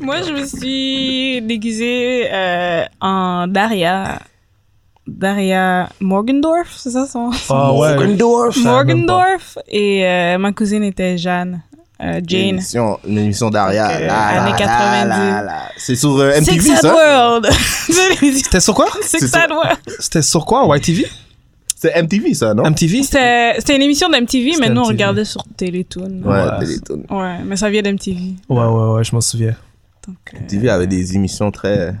Moi, je me suis déguisée euh, en Daria. Daria Morgendorf, c'est ça son Ah ouais. Morgendorf. Morgendorf. Et euh, ma cousine était Jeanne. euh, Une Jane. émission, une émission d'Aria. Là, Euh, là, années là, 90. là, là. C'est sur euh, MTV, Six Sad ça? World! C'était sur quoi Six Sad World! C'était sur quoi YTV C'est MTV, ça, non? MTV C'était c'était une émission d'MTV, mais C'était nous, on MTV. regardait sur Télétoon. Ouais, Ouais. Télétoon. Ouais, mais ça vient d'MTV. Ouais, ouais, ouais, je m'en souviens. Donc, euh, MTV avait des émissions très.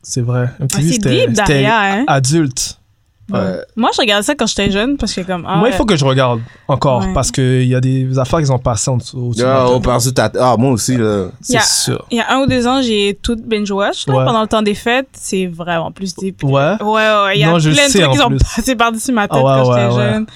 C'est vrai. ah, MTV, c'est c'était deep, c'était Daria, hein? adulte. Ah, Ouais. Moi, je regardais ça quand j'étais jeune, parce que comme... ah Moi, il ouais. faut que je regarde encore Ouais. parce qu'il y a des affaires qu'ils ont passées en dessous. au-dessus de Ah, la on tête. parle sur ta. Ah, moi aussi, là. C'est Yeah. sûr. Il y a un ou deux ans, j'ai tout binge-watch. là, Ouais. Pendant le temps des fêtes, c'est vraiment plus deep. Ouais, Ouais. ouais, ouais, Il y a Non, je plein de sais, trucs en qui sont plus. passés par-dessus ma tête Ah ouais, quand j'étais ouais, ouais. jeune.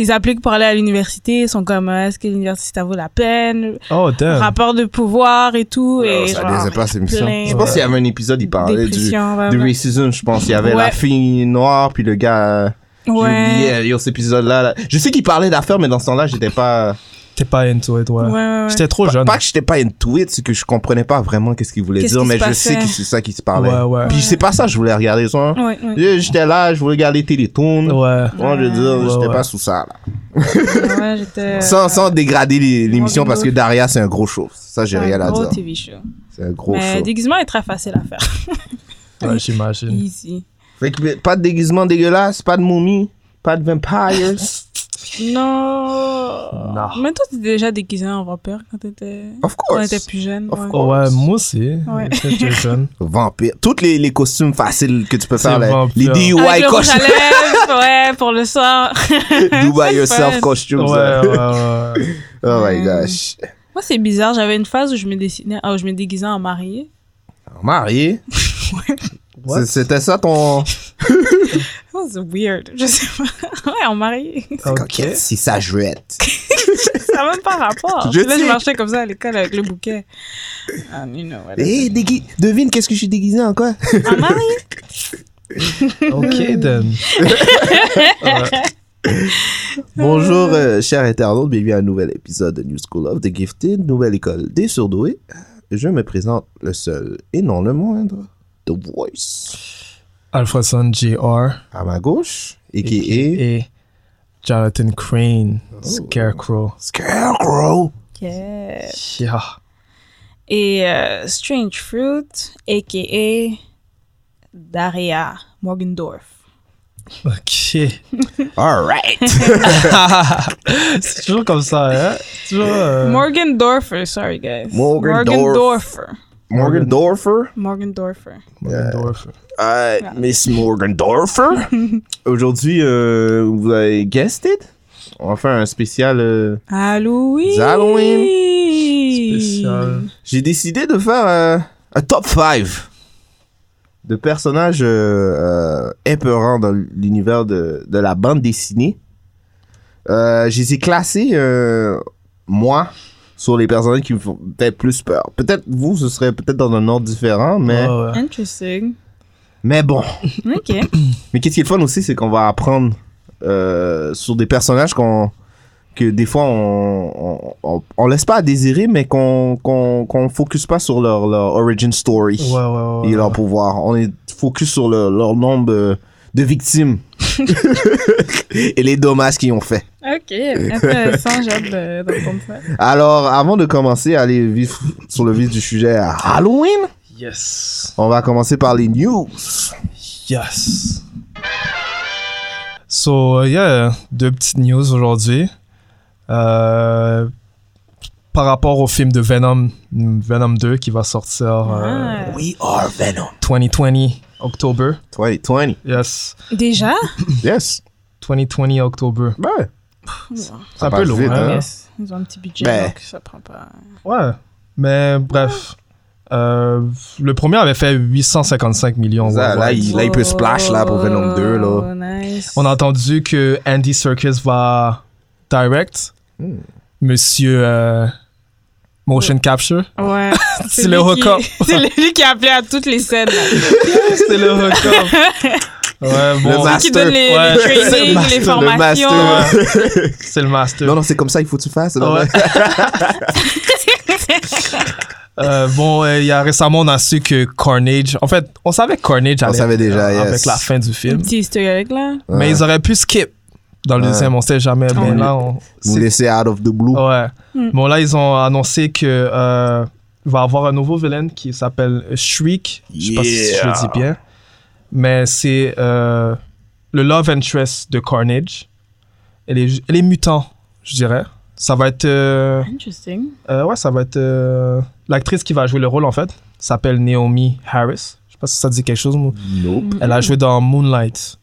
Ils appliquent pour aller à l'université. Ils sont comme, euh, est-ce que l'université, ça vaut la peine? Oh, damn. Rapport de pouvoir et tout. Oh, et ça genre, dépasse pas cette émission. plein- Je pense qu'il y avait un épisode, il parlait du. dépression, ouais, Du ouais. racism, je pense. Il y avait Ouais. la fille noire, puis le gars. euh, J'ai Ouais. oublié, yo, cet épisode-là. là. Je sais qu'il parlait d'affaires, mais dans ce temps-là, j'étais pas. T'es pas into it, ouais. Ouais, ouais, ouais. J'étais trop Pas, jeune. pas que j'étais pas une tweet, c'est que je comprenais pas vraiment qu'est-ce qu'il voulait Qu'est-ce dire, qui mais se je passait. sais que c'est ça qui se parlait. Ouais, ouais. Puis c'est pas ça que je voulais regarder, hein. ça. Ouais, ouais. Je- J'étais là, je voulais regarder Télétoon. Ouais. Moi, je veux dire, Ouais, j'étais ouais. pas sous ça, là. Ouais, j'étais. euh, Sans, sans dégrader les- l'émission, Morgan parce que Daria, c'est un gros show. Ça, j'ai un rien à gros dire. TV show. C'est un gros mais show. déguisement est très facile à faire. Ouais, j'imagine. Easy. Fait que, pas de déguisement dégueulasse, pas de momie, pas de vampires. Non. Non. Mais toi, t'es déjà déguisé en vampire quand t'étais. of Quand course. t'étais plus jeune. Of ouais. course. Oh, ouais, moi aussi. Ouais. J'étais jeune. Vampire. Toutes les, les costumes faciles que tu peux C'est faire, là. les vampire. DIY Avec le rouge à costumes. lèvres, ouais, pour le soir. Do by yourself fun. Ouais, costumes. ouais, là. ouais. Oh Ouais. my gosh. Moi, c'est bizarre. J'avais une phase où je me dessinais, ah, où je me déguisais en mariée. Marié? What? C'est- C'était ça ton. Oh, c'est weird. Je sais pas. Ouais, en mariée. Ok. C'est sa jouette. Ça n'a même pas rapport. Je Puis là, je sais. marchais comme ça à l'école avec le bouquet. Um, you know, whatever. Hé, dégui- Eh, devine qu'est-ce que je suis déguisé en quoi? En mariée. Ok, then. Bonjour, euh, chers internautes, bienvenue à un nouvel épisode de New School of the Gifted, nouvelle école des surdoués. Je me présente le seul et non le moindre, The Voice. Alphason Jr. À ma gauche, et qui est et Jonathan Crane, Scarecrow. Scarecrow. Yeah. Yeah. Et euh, Strange Fruit, a.k.a. Daria Morgendorf. Ok. Alright. C'est toujours comme ça, hein? C'est Toujours. euh, Morgendorfer, sorry guys. Morgendorf. Morgendorfer. Morgan Dorfer. Morgendorfer. Morgendorf. Euh, Miss Morgendorfer. Aujourd'hui, euh, vous avez guessed it? On va faire un spécial. euh, Halloween. Halloween. Spécial. J'ai décidé de faire euh, un top 5 de personnages euh, euh, épeurants dans l'univers de, de la bande dessinée. Euh, je les ai classés, euh, moi, sur les personnages qui me font peut-être plus peur. Peut-être vous, ce serait peut-être dans un ordre différent, mais, Ouais, ouais. Interesting. mais bon. Ok. Mais qu'est-ce qui est le fun aussi, c'est qu'on va apprendre euh, sur des personnages qu'on que des fois on, on, on- on laisse pas à désirer, mais qu'on qu'on qu'on focus pas sur leur, leur origin story Ouais, ouais, ouais. et leur pouvoir. On est focus sur le- leur nombre euh, de victimes et les dommages qu'ils ont fait. Ok. Intéressant, j'ai hâte de- d'entendre ça. Euh, Alors, avant de commencer à aller vif- sur le vif du sujet à Halloween, Yes. on va commencer par les news. Yes. So, il y a deux petites news aujourd'hui. Euh, par rapport au film de Venom, Venom 2 qui va sortir euh, Ah. We are Venom. 2020, octobre. 2020. Yes. Déjà? Yes. 2020 October. Ouais. C'est un peu passe lourd. vite, hein. hein. Yes. Ils ont un petit budget, Ben. donc ça prend pas. Ouais. Mais bref. Euh, le premier avait fait 855 millions. Ça, là, worldwide. il- là, peut splash, là, pour Venom 2, là. Oh, nice. On a entendu que Andy Serkis va direct. Hmm. Monsieur euh, Motion Capture. Ouais. Ah, C'est le lui qui- record. C'est lui qui a appelé à toutes les scènes. là. C'est le record. ouais, bon. Le master. Qui donne les, Ouais. les trainings, les Master, le master. formations. hein. C'est le master. Non, non, c'est comme ça, il faut que tu fasses. non, Ouais. non. Euh, bon, euh, il y a récemment, on a su que Carnage. En fait, on savait que Carnage On allait- savait déjà, euh, avec yes. la fin du Un film. petit historique, là. Mais ils auraient pu skip dans le Ouais. deuxième, on sait jamais. Ah Mais ouais. là, on. Vous c'est- laissez out of the blue. Ouais. Mm. Bon, là, ils ont annoncé que euh, il va y avoir un nouveau vilain qui s'appelle Shriek. Je sais pas si je le dis bien. Mais c'est euh, le Love Interest de Carnage. Elle est, elle est mutant, je dirais. Ça va être. euh, Interesting. euh, ouais, ça va être. euh, L'actrice qui va jouer le rôle, en fait, s'appelle Naomi Harris. Je sais pas si ça dit quelque chose. moi. Nope. Elle a joué dans Moonlight,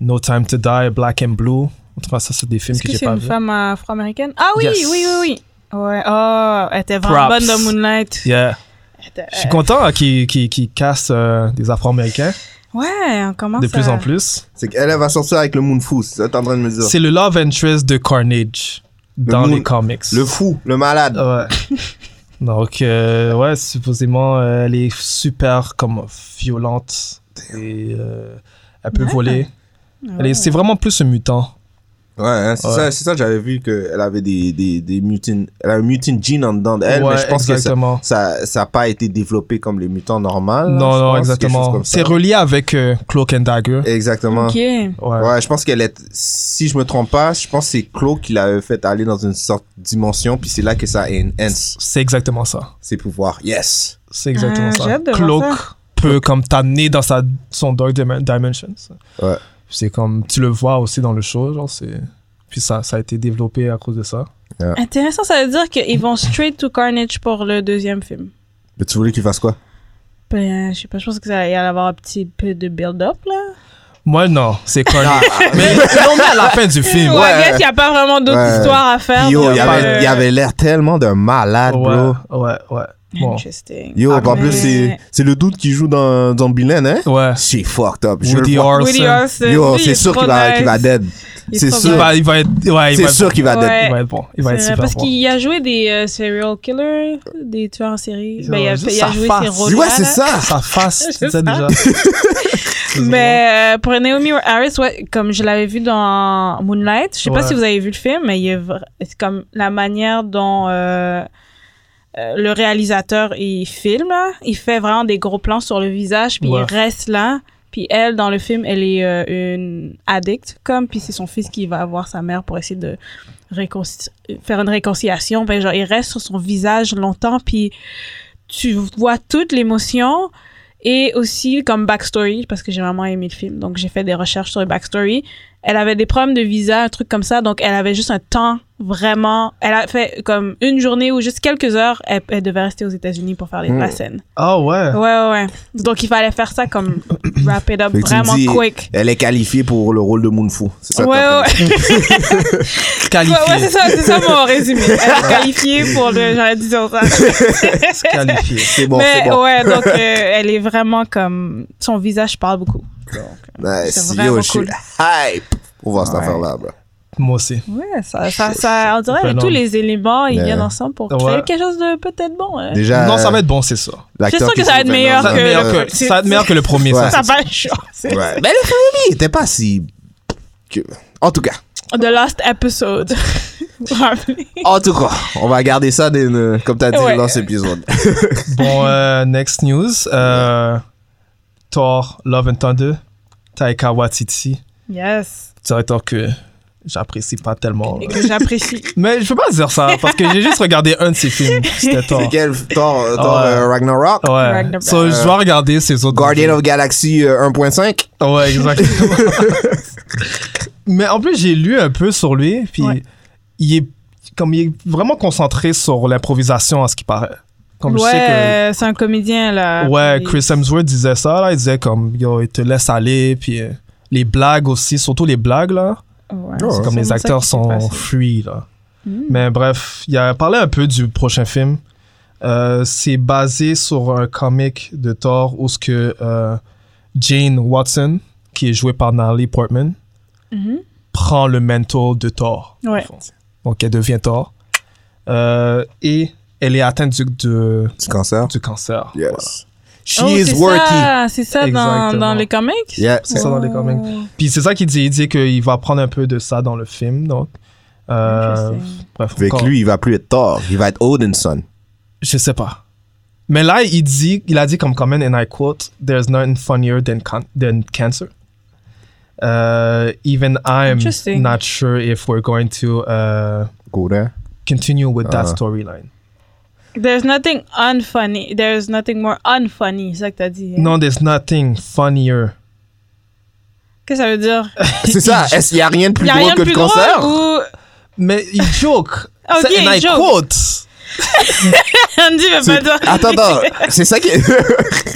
No Time to Die, Black and Blue. En tout cas, ça, c'est des films Est-ce que, que j'ai c'est pas une vus. femme afro-américaine? Ah oui, Yes. oui, oui, oui. Ouais, oh, elle était vraiment bonne Props. dans Moonlight. Yeah. Elle était- Je suis content hein, qu'ils qu'ils- qu'ils cassent euh, des Afro-Américains Ouais, on commence de plus à- en plus. C'est qu'elle elle va sortir avec le Moon Fou, c'est ça que t'es en train de me dire. C'est le love interest de Carnage dans moon- les comics. Le fou, le malade. Ouais. Donc, euh, ouais, supposément, euh, elle est super comme violente. Et, euh, elle peut Ouais. Ah voler. Elle est- Ouais. C'est vraiment plus un mutant. Ouais, hein, c'est Oh. Ouais. ça, c'est ça que j'avais vu qu'elle avait des, des, des mutant, elle a un mutant gene en dedans d'elle, ouais, mais je pense exactement. que ça- ça ça n'a pas été développé comme les mutants normaux. là, non, Ah, je non, pense, quelque chose exactement. comme C'est ça. relié avec euh, Cloak and Dagger. hein. Exactement. Ok. Ouais. Ouais, je pense qu'elle est. Si je me trompe pas, je pense que c'est Claude qui l'avait fait aller dans une sorte de dimension, puis c'est là que ça enhance C'est exactement ça. ses pouvoirs. Yes! C'est exactement Ah, ça. j'ai hâte de voir Cloak ça. peut comme t'amener dans sa, son Dark dim- Dimension. ça. Ouais. C'est comme, tu le vois aussi dans le show, genre, c'est... Puis ça, ça a été développé à cause de ça. Intéressant, ça veut dire qu'ils vont straight to Carnage pour le deuxième film. Mais tu voulais qu'il fasse quoi? Ben, je sais pas, je pense qu'il va y avoir un petit peu de build-up, là. Moi, non, c'est Ah. Carnage. Ah, mais ils l'ont mis à la fin du film. Ouais, Ouais. I guess, il n'y a pas vraiment d'autres Ouais. histoires à faire. Yo, donc, il y avait- euh, il y avait l'air tellement d'un malade, bro. ouais, ouais, ouais. Bon. Interesting. Yo, Ah, en plus, mais- c'est c'est le doute qui joue dans Zombieland, hein? Ouais. C'est fucked up. Je Woody le vois. Harrelson. Woody Harrelson. Yo, lui, il c'est est sûr trop qu'il va, nice. qu'il va dead. Il est C'est trop Il sûr. nice. va, il va être... Ouais, Ah, il C'est va, sûr qu'il va Ouais. dead. il va être bon. Il va être C'est vrai, super parce bon. qu'il a joué des euh, serial killers, des tueurs en série. Ils Ben, il a, ont juste il a sa joué face. ses rôles. Ouais, c'est ça! Sa face, C'est c'est ça ça. déjà. Mais euh, pour Naomi Harris, ouais, comme je l'avais vu dans Moonlight, je sais Ouais. pas si vous avez vu le film, mais il est vra- c'est comme la manière dont euh, euh, le réalisateur il filme, là. il fait vraiment des gros plans sur le visage, puis Ouais. il reste là. Puis elle, dans le film, elle est euh, une addict, comme, puis c'est son fils qui va voir sa mère pour essayer de réconci- faire une réconciliation. Ben, genre, il reste sur son visage longtemps, puis tu vois toute l'émotion et aussi comme backstory, parce que j'ai vraiment aimé le film, donc j'ai fait des recherches sur le backstory. Elle avait des problèmes de visa, un truc comme ça, donc elle avait juste un temps vraiment. Elle a fait comme une journée ou juste quelques heures, elle, elle devait rester aux États-Unis pour faire les, Mm. la scène. Ah Ouais, ouais. ouais, ouais. Donc il fallait faire ça comme wrap it up Fait que tu me vraiment dis- quick. Elle est qualifiée pour le rôle de Moonfu. C'est ça Ouais, que t'es en train de dire. ouais, Qualifié. ouais, ouais, c'est ça, c'est ça mon résumé. Elle est qualifiée pour le. J'aurais dit ça. Qualifié. C'est bon, Mais c'est bon. ouais, donc euh, elle est vraiment comme. Son visage parle beaucoup. Nice. C'est Yo, vraiment je suis cool. hype pour voir cette Ouais. affaire-là, bro. Moi aussi. Ouais, ça, ça, ça on dirait Ben que non. tous les éléments ils Ouais. viennent ensemble pour Ouais. créer quelque chose de peut-être bon. hein. Déjà, non, ça va être bon, c'est ça. Je suis l'acteur sûre qui que ça va joue être Venom meilleur dans- Ça va être meilleur le- que, ça va être meilleur que le premier, euh, Ouais. ça. Ça c'est- va être chaud. Ouais. Mais le premier était pas si. que- En tout cas, The last episode. Vous vous rappelez? en tout cas, on va garder ça des- euh, comme t'as dit Ouais. dans cet épisode. Bon, euh, next news. Euh, Thor, Love and Thunder, Taika Waititi, yes. directeur que j'apprécie pas tellement. Et que j'apprécie. Mais je peux pas dire ça parce que j'ai juste regardé un de ses films. C'était Thor. C'est quel Thor, euh, Thor, Ouais. euh, Ragnarok, Ouais. Ragnarok. So, je dois regarder ses autres. Guardian of Galaxy euh, 1.5. Ouais, exactement. Mais en plus, j'ai lu un peu sur lui, puis Ouais. il est comme il est vraiment concentré sur l'improvisation à ce qui paraît. Comme je sais que ouais, Ah, c'est un comédien là. Ouais, Puis- Chris Hemsworth disait ça, là. Il disait comme, yo, il te laisse aller, puis euh, les blagues aussi, surtout les blagues, là. Ouais, c'est comme les sûrement ça acteurs qui s'est sont passé. Hmm. free, là. Mais bref, il a parlé un peu du prochain film. Euh, c'est basé sur un comic de Thor où ce que euh, Jane Watson, qui est jouée par Natalie Portman, Mhm. prend le mentor de Thor. Ouais. Donc elle devient Thor. Euh, et elle est atteinte du, de- Du cancer. du cancer. Voilà. Yes. She Oh, is c'est working. ça, C'est ça dans, Exactement. dans les comics? Yeah. C'est ça dans les Oh. comics. Puis c'est ça qu'il dit, il dit qu'il va prendre un peu de ça dans le film. Donc, euh, Interesting. bref, Avec encore- lui, il va plus être Thor, il va être Odinson. Je sais pas. Mais là, il dit, il a dit comme comment, and I quote, "There's nothing funnier than con- than cancer." Uh, even I'm Interesting. not sure if we're going to uh, Go there. continue with that Ah. storyline. There's nothing unfunny. There's nothing more unfunny, c'est ça que t'as dit. hein? No, there's nothing funnier. Qu'est-ce que ça veut dire? C'est ça, est-ce qu'il n'y a rien de plus Y a drôle rien que de le plus cancer? drôle ou... Mais il joke. Ok, C'est- and il I Oh, joke. quote. Andy veut C'est- pas dire. Attends, attends, c'est ça qui est,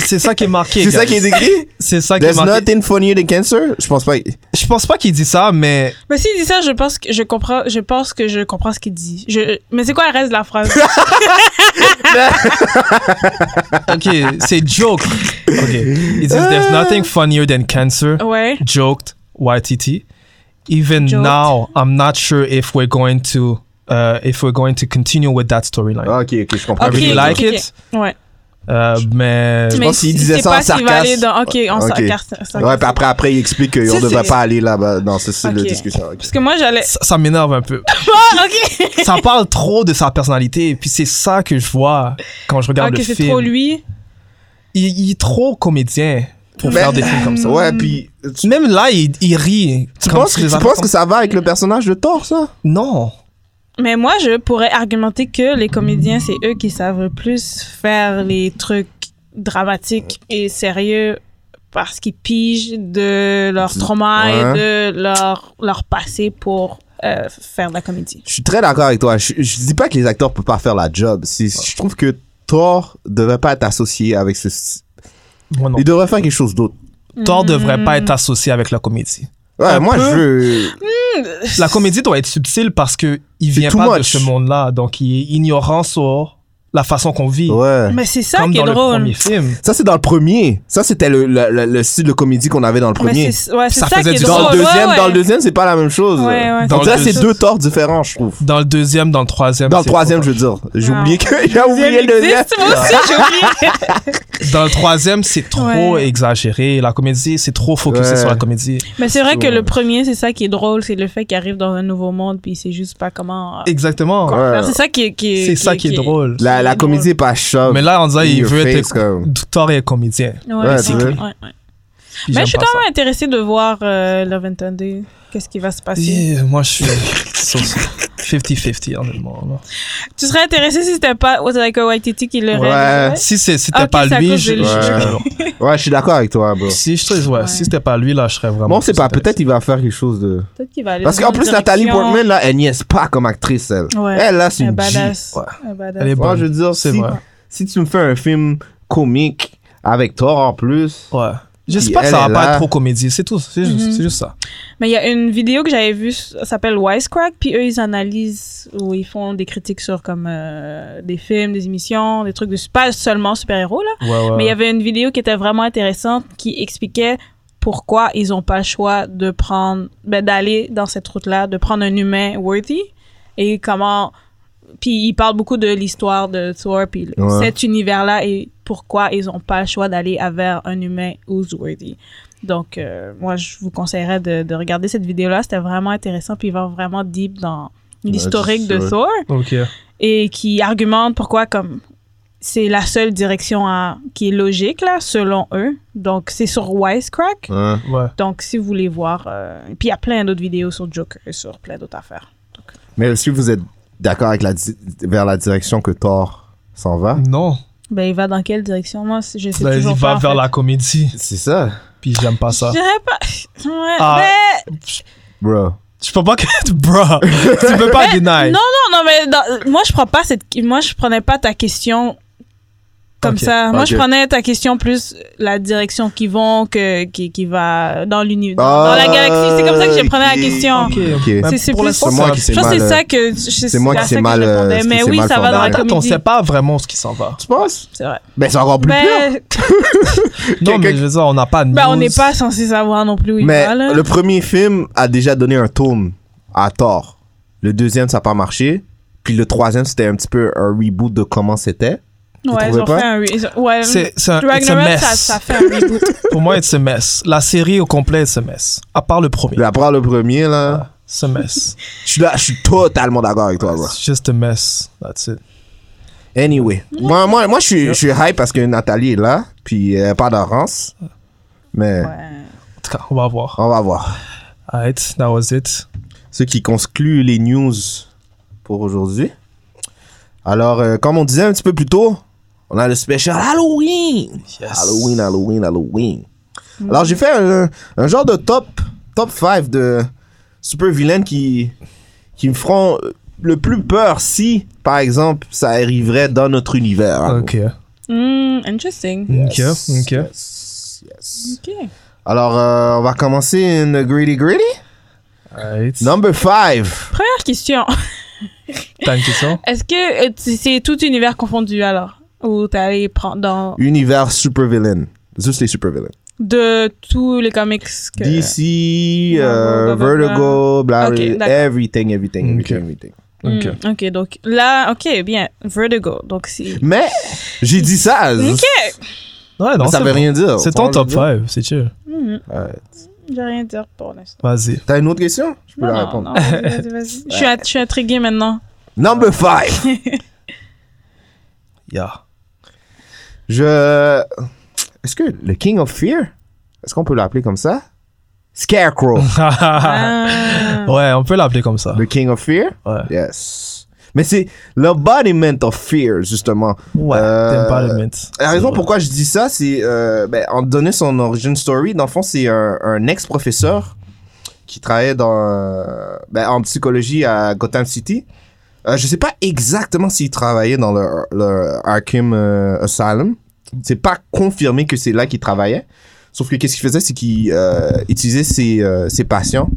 C'est ça qui est marqué. c'est ça guys. qui est écrit? C'est ça qui est There's marqué. nothing funnier than cancer? Je pense pas. Je pense pas qu'il dit ça, mais Mais s'il dit ça, je pense que je comprends, je pense que je comprends ce qu'il dit. Je, mais c'est quoi le reste de la phrase? ok, c'est joke. Ok, it says there's nothing funnier than cancer. ouais. joked YTT. Even Joked. now, I'm not sure if we're going to uh, if we're going to continue with that storyline. Ok, Ah, ok, je comprends. I Ok, really ok, like ok. it. Ouais. Euh, mais Mais pense qu'il il disait sait ça en pas s'il va aller sarcasme. dans- Ok, en Ok. sarcasme. sarcasme. Ouais, puis après, après, il explique qu'on Ça, ne devrait c'est- pas aller là-bas. Non, c'est c'est la Ok. discussion. ok. Parce que moi, j'allais. ça, ça m'énerve un peu. Ah, ok! ça parle trop de sa personnalité et puis c'est ça que je vois quand je regarde Ok, le Ah, c'est film. trop lui. Il, il est trop comédien pour Ben, faire des films comme ça. Ouais, puis tu, Même là, il, il rit. tu penses, que, tu penses que ça va avec le personnage de Thor, ça? Non. Mais moi, je pourrais argumenter que les comédiens, c'est eux qui savent le plus faire les trucs dramatiques et sérieux parce qu'ils pigent de leur trauma Ouais. et de leur, leur passé pour euh, faire de la comédie. Je suis très d'accord avec toi. Je, je dis pas que les acteurs peuvent pas faire la job. C'est- Je trouve que Thor devrait pas être associé avec ce. Moi non. Il devrait faire quelque chose d'autre. Thor devrait pas être associé avec la comédie. Ouais, Un moi peu. je veux. la comédie doit être subtile parce que il vient too pas de much. ce monde-là, donc il est ignorant sur la façon qu'on vit. Ouais. Mais c'est ça Comme qui est dans le drôle. premier film. Ça c'est dans le premier. Ça c'était le, le, le- le style de comédie qu'on avait dans le Mais premier. c'est ouais, c'est Ça ça, faisait qui est du- drôle. Dans le deuxième, Ouais, ouais. dans le deuxième, c'est pas la même chose. Ouais, ouais. Dans Donc le là, c'est deuxième. deux torts différents, je trouve. Dans le deuxième, dans le troisième. Dans le c'est troisième, trop- je veux dire. J'ai oublié que j'ai Le deuxième oublié le lien. existe, moi aussi, j'ai oublié. Dans le troisième, c'est trop Ouais. exagéré. La comédie, c'est trop focusé Ouais. sur la comédie. Mais c'est vrai que Ouais. le premier, c'est ça qui est drôle, c'est le fait qu'il arrive dans un nouveau monde puis il sait juste pas comment euh, Exactement. Ouais. faire. C'est ça qui est qui est- C'est ça qui est drôle. La, la C'est comédie est pas chaude. Mais là, on dirait In il your veut face, comme. être Thor est comédien. Ouais, Ouais, ouais, c'est ouais, vrai. ouais, ouais. Puis Mais j'aime je suis pas quand même intéressée de voir euh, Love and Thunder. Qu'est-ce qui va se ça. passer? Yeah, moi, je suis sur- 50-50, honnêtement. là. Tu serais intéressée si c'était pas Taika Waititi qui le Ouais. réaliserait? Si c'est- si c'était Ok, pas c'est à lui, cause de je, lui. je- Ouais, je suis d'accord avec toi, bro. si je ouais, Ouais. si c'était pas lui, là, je serais vraiment. Bon, Ah, c'est plus pas. intéressé. Peut-être il va faire quelque chose de. Peut-être qu'il va aller Parce dans qu'en une plus, Nathalie direction. Portman, là, elle n'y est pas comme actrice, elle. Ouais. Elle, là, c'est Elle est une G. badass. Ouais. Elle est badass. Elle est Moi, bonne. je veux dire, C'est si, vrai. si tu me fais un film comique avec Thor en plus. Ouais. Puis J'espère que elle ça est va pas là. être trop comédie, c'est tout, c'est juste, Mhm. c'est juste ça. Mais il y a une vidéo que j'avais vue, ça s'appelle Wisecrack, puis eux, ils analysent ou ils font des critiques sur comme euh, des films, des émissions, des trucs de pas seulement super-héros, là. Ouais, ouais. Mais il y avait une vidéo qui était vraiment intéressante qui expliquait pourquoi ils n'ont pas le choix de prendre, ben, d'aller dans cette route-là, de prendre un humain worthy et comment. Puis ils parlent beaucoup de l'histoire de Thor, puis le- Ouais. cet univers-là et pourquoi ils n'ont pas le choix d'aller vers un humain who's worthy. Donc, euh, moi, je vous conseillerais de, de regarder cette vidéo-là. C'était vraiment intéressant, puis il va vraiment deep dans l'historique de c'est vrai. Thor Ok. et qui argumente pourquoi comme c'est la seule direction à- qui est logique là selon eux. Donc c'est sur Wisecrack. Hein. Ouais. Donc si vous voulez voir, euh, et puis il y a plein d'autres vidéos sur Joker, et sur plein d'autres affaires. Mais est-ce que vous êtes d'accord avec la di- vers la direction que Thor s'en va? Non. Ben il va dans quelle direction moi c- je sais Ben, il toujours pas. va en vers fait. la comédie, C'est ça, puis j'aime pas ça. Je dirais pas. Ouais, Ben, Ah. mais- bro. Je peux pas que. Bro! tu peux Ben, pas deny. Non non non mais dans- moi je prends pas cette moi je prenais pas ta question comme Ok. ça. Moi, je Ok. prenais ta question plus la direction qu'ils vont, que, qui, qui va dans l'univers, dans la Ah, galaxie. C'est comme ça que je prenais la ok, question. Ok. Ok. C'est- c'est Pour plus- l'instant, C'est moi ça- qui sais Je pense que mal, c'est euh, ça que c'est moi qui à sais ça que mal, je euh, répondais. ce qui Mais s'est oui, mal ça va formé. dans la En fait, En fait, on comédie. sait pas vraiment ce qui s'en va. Tu penses? C'est vrai. Ben, c'est encore plus pire. Ben, Non, mais Quelqu'un- je veux dire, on n'a pas de ben, on news. n'est pas censé savoir non plus où il Mais va, là. le premier film a déjà donné un tone à tort. Le deuxième, ça n'a pas marché. Puis le troisième, c'était un petit peu un reboot de comment c'était. ouais, ils trouvez ont pas? fait un... ils ont- Ouais, C'est c'est un it's a Ragnarok, mess. ça, ça fait un reboot. Pour moi, it's a mess. La série au complet, it's a mess. À part le premier. Puis après le premier, là, It's a mess. je suis là, je suis totalement d'accord avec toi, bro. It's just a mess. That's it. Anyway, moi, moi, moi je, suis, je suis hype parce que Nathalie est là, puis elle part d'avance. Mais En tout cas, on va voir. on va voir. Alright, that was it. Ce qui conclut les news pour aujourd'hui. Alors, euh, comme on disait un petit peu plus tôt, on a le spécial Halloween. Yes. Halloween, Halloween, Halloween. Alors, j'ai fait un, un genre de top, top 5 de super vilaines qui, qui me feront le plus peur si, par exemple, ça arriverait dans notre univers. Ok. Hmm, interesting. Ok. Yes, Ok. yes, yes. Ok. Alors, euh, on va commencer une greedy greedy. Alright. Number 5. Première question. T'as une question? Est-ce que euh, c'est c'est tout univers confondu alors Ou t'es allé prendre dans. Univers super villain. Juste les super villains. de tous les comics que. DC, Marvel, euh, blah, Vertigo, blah, blah. blah, Ok, blah, d'accord. everything, everything, everything, Ok. everything. Hmm, Ok. ok, donc là, ok, bien. Vertigo. Donc c'est. Mais j'ai dit ça. Ok, Ouais, non, Ça c'est veut bon. rien dire. C'est ton Faut top le dire. 5, c'est chill. Ouais. j'ai rien à dire pour l'instant. Vas-y. T'as une autre question? Je peux Non, la non, répondre. non, vas-y, vas-y, vas-y. Je suis at- je suis intriguée maintenant. Number 5. Yeah. Je. Est-ce que le King of Fear? Est-ce qu'on peut l'appeler comme ça? Scarecrow. Ah. ouais, on peut l'appeler comme ça. le King of Fear? Ouais. Yes. Mais c'est l'embodiment of fear, justement. Ouais, Euh, t'aimes pas le mint. La raison Ouais. pourquoi je dis ça, c'est euh, ben, en donnant son origin story, dans le fond, c'est un, un ex-professeur qui travaillait dans, euh, ben, en psychologie à Gotham City. Euh, je sais pas exactement s'il travaillait dans le, le Arkham euh, Asylum. C'est pas confirmé que c'est là qu'il travaillait. Sauf que qu'est-ce qu'il faisait, c'est qu'il euh, utilisait ses, euh, ses patients.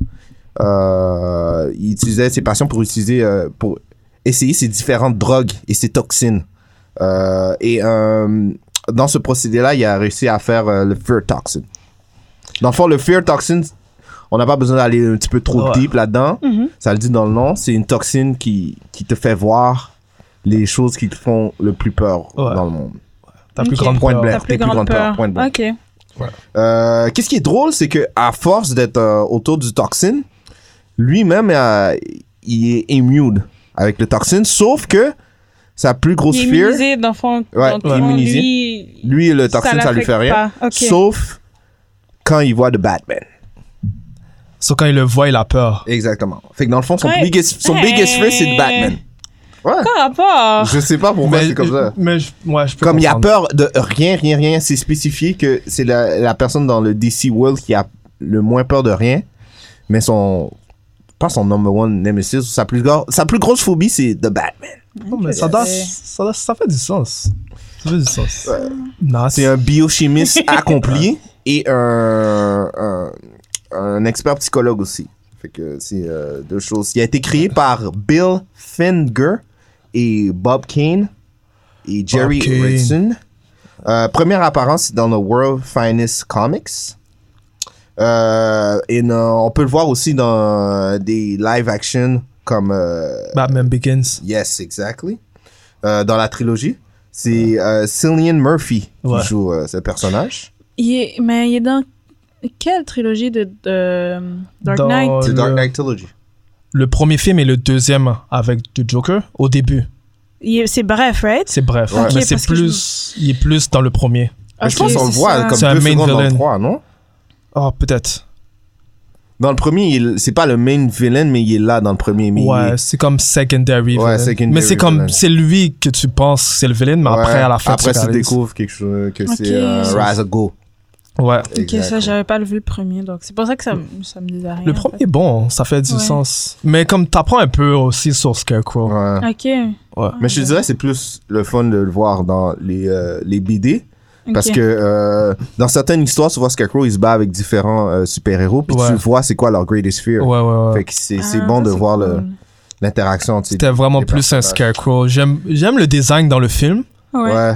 Euh, il utilisait ses patients pour utiliser, euh, pour essayer ses différentes drogues et ses toxines. Euh, et euh, dans ce procédé-là, il a réussi à faire euh, le fear toxin. Dans le fond, le fear toxin, on n'a pas besoin d'aller un petit peu trop Ouais. deep là-dedans. Mhm. Ça le dit dans le nom. C'est une toxine qui, qui te fait voir les choses qui te font le plus peur Ouais. dans le monde. T'as plus Ok. grande Point de peur. blague. Ta T'as plus grande peur. point de blague. Ok. Euh, qu'est-ce qui est drôle, c'est que à force d'être euh, autour du toxin, lui-même, euh, il est immune avec le toxin, sauf que sa plus grosse Il est fear, immunisé, dans le fond. Ouais, dans le il est fond, immunisé. lui, lui, le toxin, ça, lui l'affecte fait rien. pas. Ok. Sauf quand il voit de Batman. Sauf quand il le voit, il a peur. Exactement. Fait que dans le fond, son Ouais. biggest, son Ouais. biggest fear, c'est de Batman. Ouais. Quoi rapport Je sais pas pourquoi c'est comme ça. mais je- ouais, je peux Comme il a comprendre. peur de rien, rien, rien, c'est spécifié que c'est la, la personne dans le DC World qui a le moins peur de rien. Mais son. Pas son number one nemesis, sa plus, gro- sa plus grosse phobie, c'est de Batman. Non, mais ça, Ok. doit- ça, doit- ça fait du sens. Ça fait du sens. Ouais. Non, C'est un biochimiste accompli et un, un, un expert psychologue aussi. Fait que c'est euh, deux choses. Il a été créé par Bill Finger et Bob Kane et Jerry Kane. Ritson. Euh, première apparence c'est dans le World Finest Comics. Euh, et non, on peut le voir aussi dans des live action comme euh, Batman Begins. Yes, exactly. Euh, dans la trilogie, c'est euh, Cillian Murphy Ouais. qui joue euh, ce personnage. Il est, mais il est dans quelle trilogie de, de Dark Dans- Knight The Oh, Le- Dark Knight Trilogy. Le premier film et le deuxième avec The Joker, au début, Il est- C'est bref, right c'est bref. Ouais. Mais Ok, c'est parce que je plus. Il est plus dans le premier. Mais je pense Ok, qu'on le c'est voit ça. comme C'est un deux main secondes dans le villain. 3, non? Oh, peut-être. Dans le premier, il- c'est pas le main villain, mais il est là dans le premier. Mais il Ouais, est- c'est comme secondary. Ouais, villain. secondary mais c'est villain. comme. C'est lui que tu penses c'est le villain, mais ouais, après, à la fin, après, tu réalises. découvres quelque chose, que Ok. c'est euh, Razagul. Ouais. Ok, ça, j'avais pas vu le premier, donc c'est pour ça que ça, me- ça me disait rien. Le en premier est bon, ça fait du Ouais. sens. Mais comme t'apprends un peu aussi sur Scarecrow. Ouais. fait. Ok. Ouais. Mais je te dirais, c'est plus le fun de le voir dans les, euh, les BD. ok. Parce que euh, dans certaines histoires, tu vois Scarecrow, il se bat avec différents euh, super-héros, puis Ouais. tu vois c'est quoi leur greatest fear. Ouais, ouais, ouais. Fait que c'est c'est Ah, bon ça, de c'est voir le- cool. l'interaction. tu sais. C'était vraiment des plus un personnages. Scarecrow. J'aime j'aime le design dans le film, Ouais. Ouais.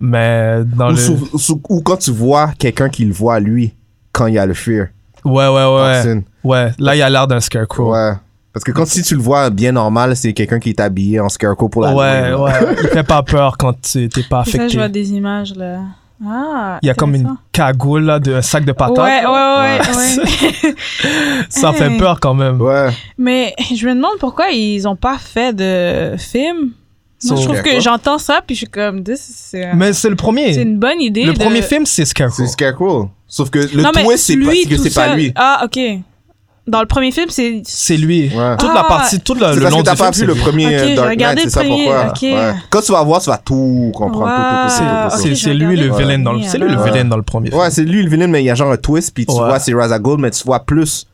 mais dans Ou, Ah, le. sou- sou- ou quand tu vois quelqu'un qui le voit lui, quand il y a le fear. Ouais, ouais, ouais. Toxin. Ouais, là, il a l'air d'un Scarecrow. Ouais. Parce que quand si tu le vois bien normal, c'est quelqu'un qui est habillé en Scarecrow pour la Ouais, Halloween, là. ouais. Il fait pas peur quand tu- t'es pas C'est ça, je vois affecté. des images, là. Ah. Il y a comme une intéressant. cagoule, là, de- un sac de patates. Ouais, ouais, ouais, ouais. Ouais. Ça fait Hey. peur quand même. Ouais. Mais je me demande pourquoi ils ont pas fait de film. Moi, So- je trouve que Scarecrow. j'entends ça, puis je suis comme, this, c'est un- Mais c'est le c'est premier. une bonne idée. Le de- premier film, c'est Scarecrow. C'est Scarecrow. Sauf que le Non, mais twist, c'est pas- lui c'est que tout c'est pas seul. lui. Ah, ok. Dans le premier film, c'est. C'est lui. Ouais. Toute Ah. la partie, tout le, C'est le parce long que du t'as film. pas vu le c'est lui. premier Ok, euh, j'ai Dark regardé Knight, c'est le ça premier, pourquoi. ok. Ouais. Quand tu vas voir, tu vas tout comprendre. tout, tout, tout, tout, Ah, C'est- tout, tout, C'est ok, c'est j'ai lui le regardé le vilain dans le premier, c'est lui le alors. vilain dans le premier. Ouais, c'est lui le vilain, mais il y a genre un twist, puis tu Ouais. vois, c'est Razagul, mais tu vois plus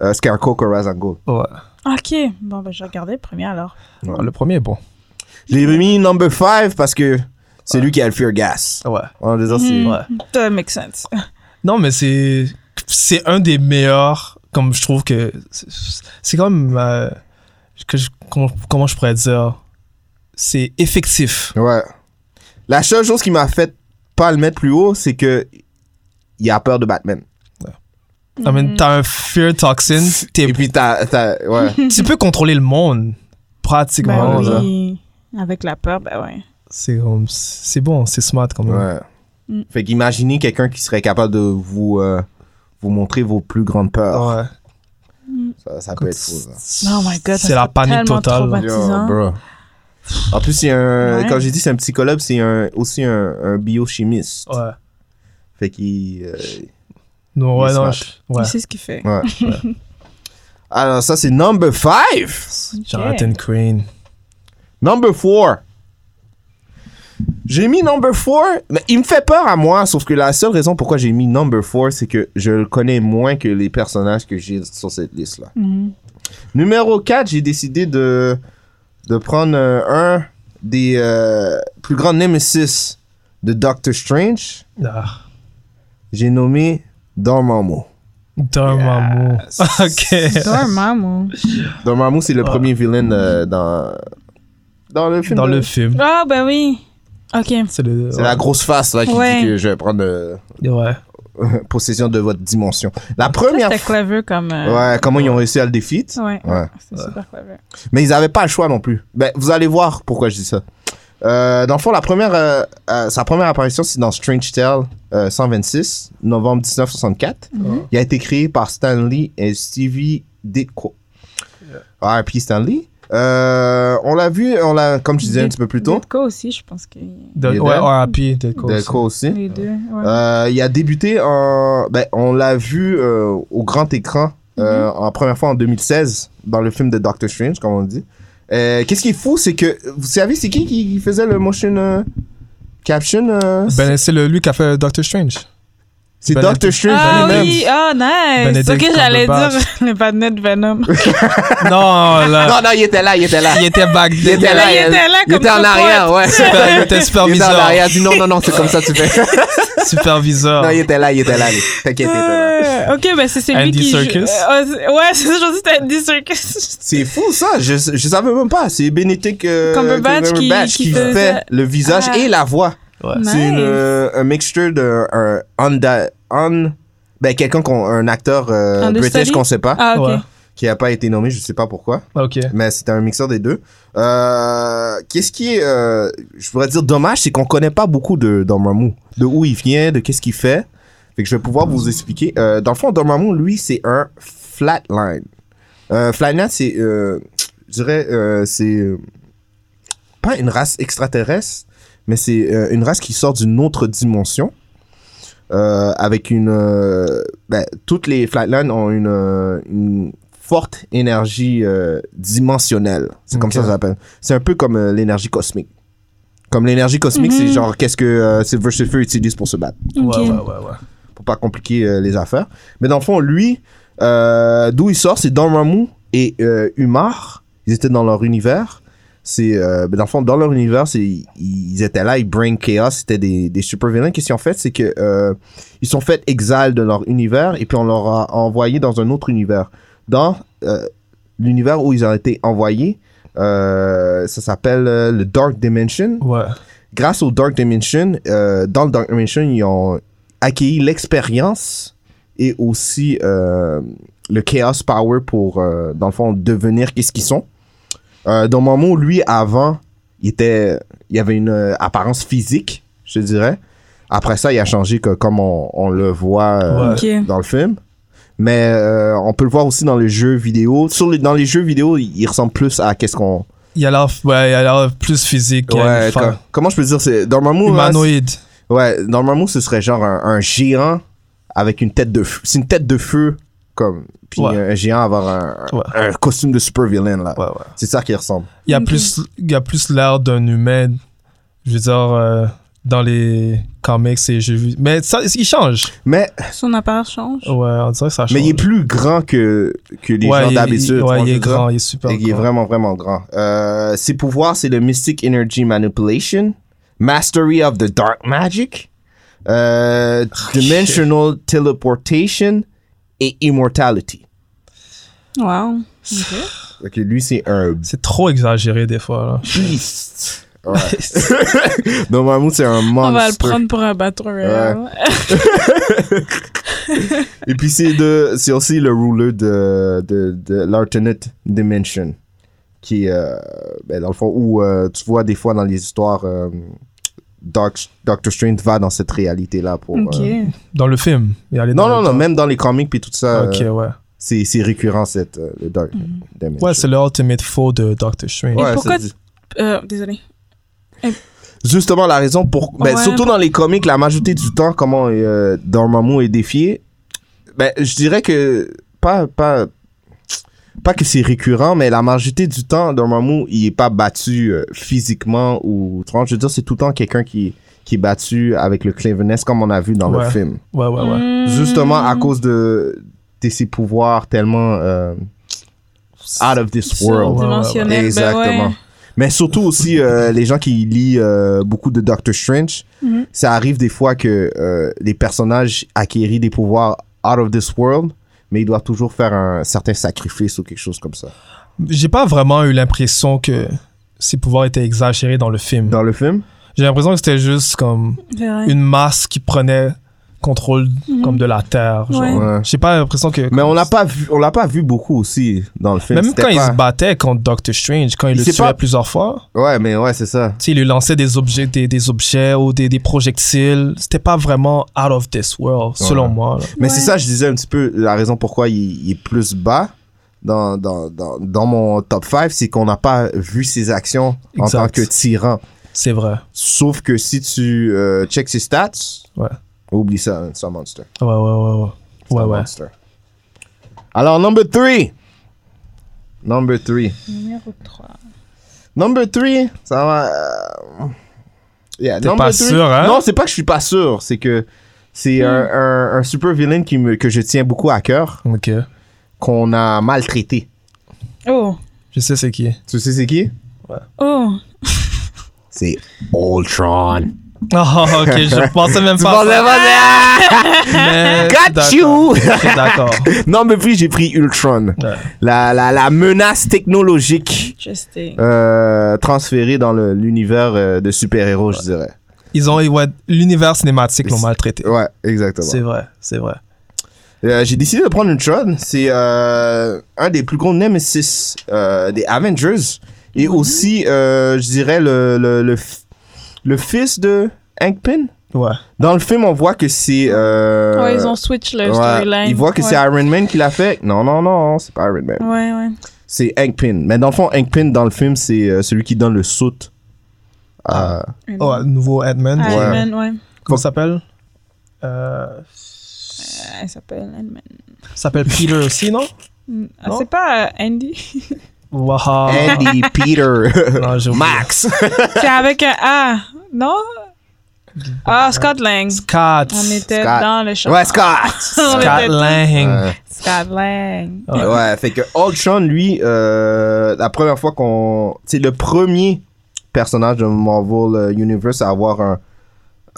euh, Scarecrow que Razagul. film. Ouais. Ok. Bon, ben, je regardais le premier alors. Ah, Le premier est bon. Je l'ai mis number 5 parce que c'est lui qui a le fear gas. Ouais. En disant, Hmm. c'est. Ouais. Ça make sense. Non, mais c'est c'est un des meilleurs. Comme je trouve que c'est- c'est comme euh, que je- com- comment je pourrais dire, c'est effectif. Ouais. La seule chose qui m'a fait pas le mettre plus haut, c'est que il a peur de Batman. I Hmm. mean, T'as un fear toxin, t'es- Et puis t'as, t'as- ouais. tu peux contrôler le monde pratiquement. Ben là. oui. Avec la peur, ben ouais. C'est comme- c'est bon, c'est smart quand même. ouais. Mm. Fait qu'imaginez quelqu'un qui serait capable de vous euh, vous montrer vos plus grandes peurs. Ouais. Ça, ça peut être fou. ça. Oh my God, ça c'est la serait panique tellement totale. là. traumatisant. Artisan. bro. En plus, c'est un, Ouais. quand j'ai dit c'est un psychologue, c'est un, aussi un, un biochimiste. Ouais. Fait qu'il. euh, Non, ouais, Il est smart. non, je- ouais. C'est ce qu'il fait. ouais. Alors, ça, c'est number 5. Jonathan Crane. Number 4. J'ai mis number 4, mais il me fait peur à moi, sauf que la seule raison pourquoi j'ai mis number 4, c'est que je le connais moins que les personnages que j'ai sur cette liste-là. Mm. Mhm. Numéro 4, j'ai décidé de, de prendre euh, un des euh, plus grands nemesis de Doctor Strange. Ah. J'ai nommé Dormammu. Dormammu. Ok. Dormammu. Dormammu, c'est le premier villain euh, dans, dans le film. Ah. Dans de- le film. Ah, ben oui. Ok. C'est le. C'est la grosse face là, qui Ouais. dit que je vais prendre euh, Ouais. possession de votre dimension. La Ça, première C'était clever comme. euh, Ouais, comment ils ont réussi à le défier. Ouais. Ouais. C'est super clever. Mais ils n'avaient pas le choix non plus. Ben, vous allez voir pourquoi je dis ça. Euh, dans le fond, la première, euh, euh, sa première apparition, c'est dans Strange Tale euh, 126, novembre 1964. Il a été créé par Stanley et Stevie Ditko. R.P. Stanley. Euh, on l'a vu, on l'a, comme je disais un petit peu plus tôt, Ditko aussi, je pense que. De, Il est ouais, dead. R.I.P. Dead Coast. Ditko aussi. Les deux. Ouais. Euh, il a débuté en. Ben, on l'a vu euh, au grand écran euh, Mhm. en première fois en 2016 dans le film de Doctor Strange, comme on dit. Euh, Qu'est-ce qui est fou, c'est que. Vous savez, c'est qui qui faisait le motion euh, caption euh, Ben, c'est le, lui qui a fait Doctor Strange. C'est Benedict- Doctor Strange Ah lui-même. oui, ah nice. Benedict ok, j'allais dire Cumberbatch. le badnet de Venom. non, là. Non, non, il était là, il était là. Il était back Il était là, il était là il comme était en son arrière, ouais. Il était Il était en superviseur. arrière, il dit non, non, non, c'est comme ça que tu fais. superviseur. non, il était là, il était là. lui. T'inquiète, il était là. Euh, ok, ben c'est celui Andy qui. joue- Serkis. Euh, c'est- ouais, c'est ça, j'en dis, c'était Andy Circus. C'est fou ça, je, je savais même pas. C'est Benedict euh, Cumberbatch qui- Cumberbatch qui qui faisait- fait le visage Ah. et la voix. Nice. C'est une, euh, un mixture de un Honda- Hon- ben quelqu'un qu'on un acteur euh, Understudy? british qu'on sait pas Ah, ok. Ouais. qui a pas été nommé, je sais pas pourquoi, Ok. mais c'était un mixeur des deux. Euh, qu'est-ce qui est euh, je pourrais dire dommage, c'est qu'on connaît pas beaucoup de Dormammu, de où il vient, de qu'est-ce qu'il fait. Fait que je vais pouvoir vous expliquer. Euh, dans le fond, Dormammu, lui, c'est un flatline. Euh, flatline, c'est, euh, je dirais, euh, c'est euh, pas une race extraterrestre, mais c'est euh, une race qui sort d'une autre dimension. Euh, avec une. euh, ben, toutes les flatlines ont une, euh, une forte énergie euh, dimensionnelle. C'est comme Ok. ça que ça s'appelle. C'est un peu comme euh, l'énergie cosmique. Comme l'énergie cosmique, c'est genre qu'est-ce que euh, Silver Surfer utilise pour se battre Ouais, Ok. ouais, ouais, ouais. pour pas compliquer euh, les affaires. Mais dans le fond, lui, euh, d'où il sort, c'est Dormammu et euh, Umar. Ils étaient dans leur univers. C'est, euh, ben, dans le fond, dans leur univers, c'est- ils- ils étaient là, ils bring chaos, c'était des, des super vilains. Qu'est-ce qu'ils ont fait? C'est que euh, ils sont fait exal de leur univers et puis on leur a envoyé dans un autre univers. Dans euh, l'univers où ils ont été envoyés, euh, ça s'appelle euh, le Dark Dimension Ouais. grâce au Dark Dimension, euh, dans le Dark Dimension, ils ont accueilli l'expérience et aussi euh, le Chaos Power pour, euh, dans le fond, devenir qu'est-ce qu'ils sont. Euh, dans Momo, lui, avant, il, était, il avait une euh, apparence physique, je te dirais. Après ça, il a changé que, comme on, on le voit euh, Ok. dans le film. Mais euh, on peut le voir aussi dans les jeux vidéo. Sur les- dans les jeux vidéo, il, il ressemble plus à qu'est-ce qu'on... Il a l'air ouais, il a l'air plus physique. euh, Ouais, enfin, com- comment je peux dire c'est Dans hein, Momo, là, c'est- humanoïde. Ouais, normalement, ce serait genre un, un géant avec une tête de feu. C'est une tête de feu, comme. Puis Ouais. un géant avoir un, Ouais. un costume de super villain, là. Ouais, ouais. C'est ça qui ressemble. Il y a Ok. plus, il y a plus l'air d'un humain. Je veux dire, euh, dans les comics et j'ai vu. Mais ça, il change. Mais, Son apparence change. Ouais, on dirait que ça change. mais il est plus grand que, que les Ouais, gens il- d'habitude. il- tu vois Ouais, ce il que est je veux dire? grand, il est super. Et il est grand. vraiment, vraiment grand. Euh, ses pouvoirs, c'est le Mystic Energy Manipulation, Mastery of the Dark Magic, euh, Dimensional Teleportation et Immortality. Wow. Ok, lui, c'est un C'est trop exagéré des fois. beast. Là. Ouais. Non, Mahmoud, c'est un monstre. On va le prendre pour un battle royale. Et puis, c'est de- c'est aussi le ruler de, de, de l'Alternate Dimension, qui, euh, ben, dans le fond, où euh, tu vois des fois dans les histoires, euh, Doc- Doctor Strange va dans cette réalité-là pour... ok. euh, dans le film. Il est allé Non, dans non, le non, temps. même dans les comics puis tout ça, Ok, euh, ouais. c'est c'est récurrent, cette, euh, le Dark Dimension. Ouais, c'est le ultimate faux de Doctor Strange. Mm. Et Ouais, pourquoi c'est- Euh, désolé. justement la raison pour ben, Ouais. surtout dans les comics la majorité du temps comment euh, Dormammu est défié ben je dirais que pas pas pas que c'est récurrent mais la majorité du temps Dormammu il est pas battu euh, physiquement ou autrement. je veux dire c'est tout le temps quelqu'un qui qui est battu avec le cleverness comme on a vu dans le Ouais. film Ouais, ouais, ouais. Hmm. justement à cause de de ses pouvoirs tellement euh, out of this world Dimensionnel. ben Exactement. Mais surtout aussi, euh, les gens qui lisent euh, beaucoup de Doctor Strange, Mhm. ça arrive des fois que euh, les personnages acquérissent des pouvoirs out of this world, mais ils doivent toujours faire un certain sacrifice ou quelque chose comme ça. J'ai pas vraiment eu l'impression que ses pouvoirs étaient exagérés dans le film. Dans le film, J'ai l'impression que c'était juste comme Une... une masse qui prenait contrôle comme de la terre. genre. Mhm. Ouais. Ouais. J'ai pas l'impression que. mais on l'a pas vu, on l'a pas vu beaucoup aussi dans le film. Même C'était quand il pas- se battait contre Doctor Strange, quand il, Il le s'est tuait pas- plusieurs fois, Ouais, mais ouais, c'est ça. tu sais, il lui lançait des objets, des, des objets ou des, des projectiles. C'était pas vraiment out of this world, selon moi. là. Mais Ouais. c'est ça, je disais un petit peu la raison pourquoi il, il est plus bas dans, dans, dans, dans mon top 5, c'est qu'on n'a pas vu ses actions en Exact. tant que tyran. C'est vrai. Sauf que si tu euh, check ses stats, Ouais. oublie ça, hein, c'est un monster. Ouais, ouais, ouais, ouais. C'est Ouais, un ouais. monster. Alors, number 3. Number 3. Numéro 3. Number 3, ça va. euh, Yeah, T'es number pas three. sûr, hein? Non, c'est pas que je suis pas sûr, c'est que c'est un, un- un super villain qui me, que je tiens beaucoup à cœur, Ok. qu'on a maltraité. Oh. Je sais c'est qui. Tu sais, c'est qui Oh. C'est Ultron. Oh, ok, je pensais même Tu pas. Ah! pensais à ça, pas- mais- Got you! Ok, D'accord. Number 3, j'ai pris Ultron. Ouais. La, la, la menace technologique Interesting. euh, transférée dans le- l'univers euh, de super-héros, je dirais. Ils ont, ouais, l'univers cinématique l'ont maltraité. Ouais, exactement. C'est vrai, c'est vrai. Euh, j'ai décidé de prendre Ultron. C'est euh, un des plus gros nemesis euh, des Avengers. Et Mhm. aussi, euh, je dirais, le, le, le, f- le fils de Hank Pym. Ouais. Dans le film, on voit que c'est... euh, ouais, ils ont switch le ouais, storyline. il voit que ouais. c'est Iron Man qui l'a fait. Non, non, non, c'est pas Iron Man. Ouais, ouais. C'est Hank Pym. Mais dans le fond, Hank Pym, dans le film, c'est euh, celui qui donne le Euh, saut à Une- Oh, nouveau Ant-Man. Iron qui- ouais. Man, ouais. Comment il s'appelle euh, Elle s'appelle Iron Man. il s'appelle Peter aussi, non Mm. Ah, Non. c'est pas euh, Andy. Waha. Andy Peter Non, j'ai Ah, oublié. Max. c'est avec un A. Non? Ah, Scott Lang. Scott. On était Scott. dans le champ. Ouais, Scott! On Scott était- Lang. Ouais. Scott Lang. Ouais. Ouais, fait que Old Sean, lui, euh, la première fois qu'on. C'est le premier personnage de Marvel euh, Universe à avoir un.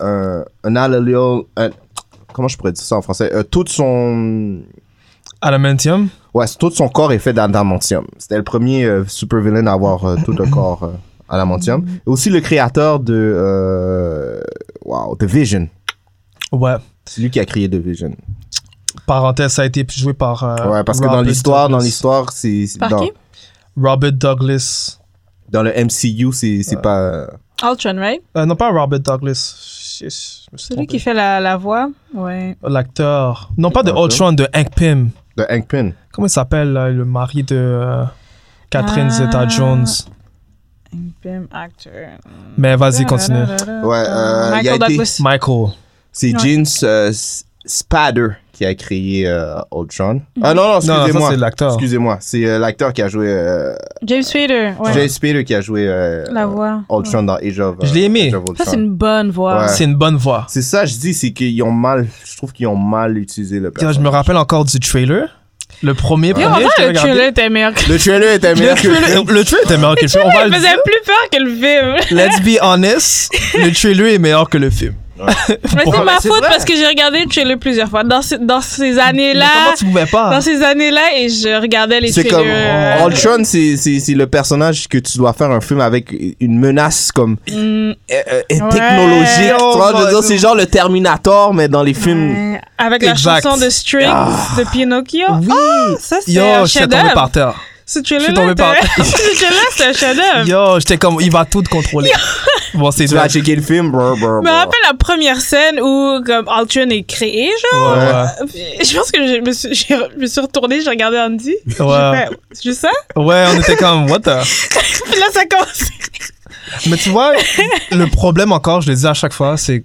Un, un allelial- un- comment je pourrais dire ça en français Euh, Tout son. Adamantium. Ouais, tout son corps est fait d'adamantium. C'était le premier euh, supervillain à avoir euh, tout un corps euh, adamantium. Et aussi le créateur de. Euh, wow, The Vision. Ouais. C'est lui qui a créé The Vision. Parenthèse, ça a été joué par. euh, ouais, parce que dans Robert l'histoire, dans Douglas. l'histoire, c'est. c'est Par dans, qui? Robert Douglas. dans le MCU, c'est Ah. c'est pas. euh, Ultron, right? Euh, non, pas Robert Douglas. Je- je me suis Celui trompé. qui fait la, la voix. Ouais. L'acteur. Non, pas de L'acteur. Ultron, de Hank Pym. De Hank Pym. Comment il s'appelle, là, le mari de euh, Catherine Ah. Zeta-Jones? Film actor. Mais vas-y, continue. Ouais, euh, il a Michael été- Douglas. Michael. C'est Ouais. Gene euh, S- Spader qui a créé euh, Ultron. Mhm. Ah non, non, Non, ça, excusez-moi. c'est l'acteur. Excusez-moi, c'est euh, l'acteur qui a joué. Euh, James Spader. Ouais. Jay Spader qui a joué euh, La voix. Ultron dans Age of. Je euh, l'ai aimé. Age of Ça, c'est Ultron. une bonne voix. Ouais. C'est une bonne voix. C'est ça, je dis, c'est qu'ils ont mal. Je trouve qu'ils ont mal utilisé le Tiens, personnage. je me rappelle encore du trailer. Le premier, Yo, on premier, je l'ai le regardé. trailer était meilleur. que- Le trailer était meilleur Le que trailer, le trailer était meilleur que le film. On va Il le faisait dire. plus peur que le film. Let's be honest, le trailer est meilleur que le film. Mais Pourquoi? c'est ma C'est faute vrai. parce que j'ai regardé le trailer plusieurs fois. Dans, ce- dans ces Mais années-là. comment tu pouvais pas Dans ces années-là, et je regardais les C'est comme trailers. euh, Ultron, c'est c'est- c'est le personnage que tu dois faire un film avec une menace comme Mm, euh, euh, Ouais. technologique. Tu vois, je veux Oh, dire, c'est genre le Terminator, mais dans les films. ouais. euh, Avec la Exact. Ah. chanson de Strings de Pinocchio. Oui. Ah, ça, c'est un Yo, j'étais tombé chef-d'œuvre. par terre. Ce Je trailer-là, suis tombé par- était- ce trailer, c'est un chef-d'œuvre. Yo, j'étais comme, il va tout contrôler. Bon, c'est Tu dingue. vas checker le film, brr, brr, Je me brr. rappelle la première scène où comme Ultron est créé, genre. Ouais, Puis, Je pense que je me suis, j'ai- je me suis retournée, j'ai regardé Andy. J'ai Ouais. fait, C'est juste ça? ouais, on était comme, what the? Puis là, ça commence. Mais tu vois, le problème encore, je le dis à chaque fois, c'est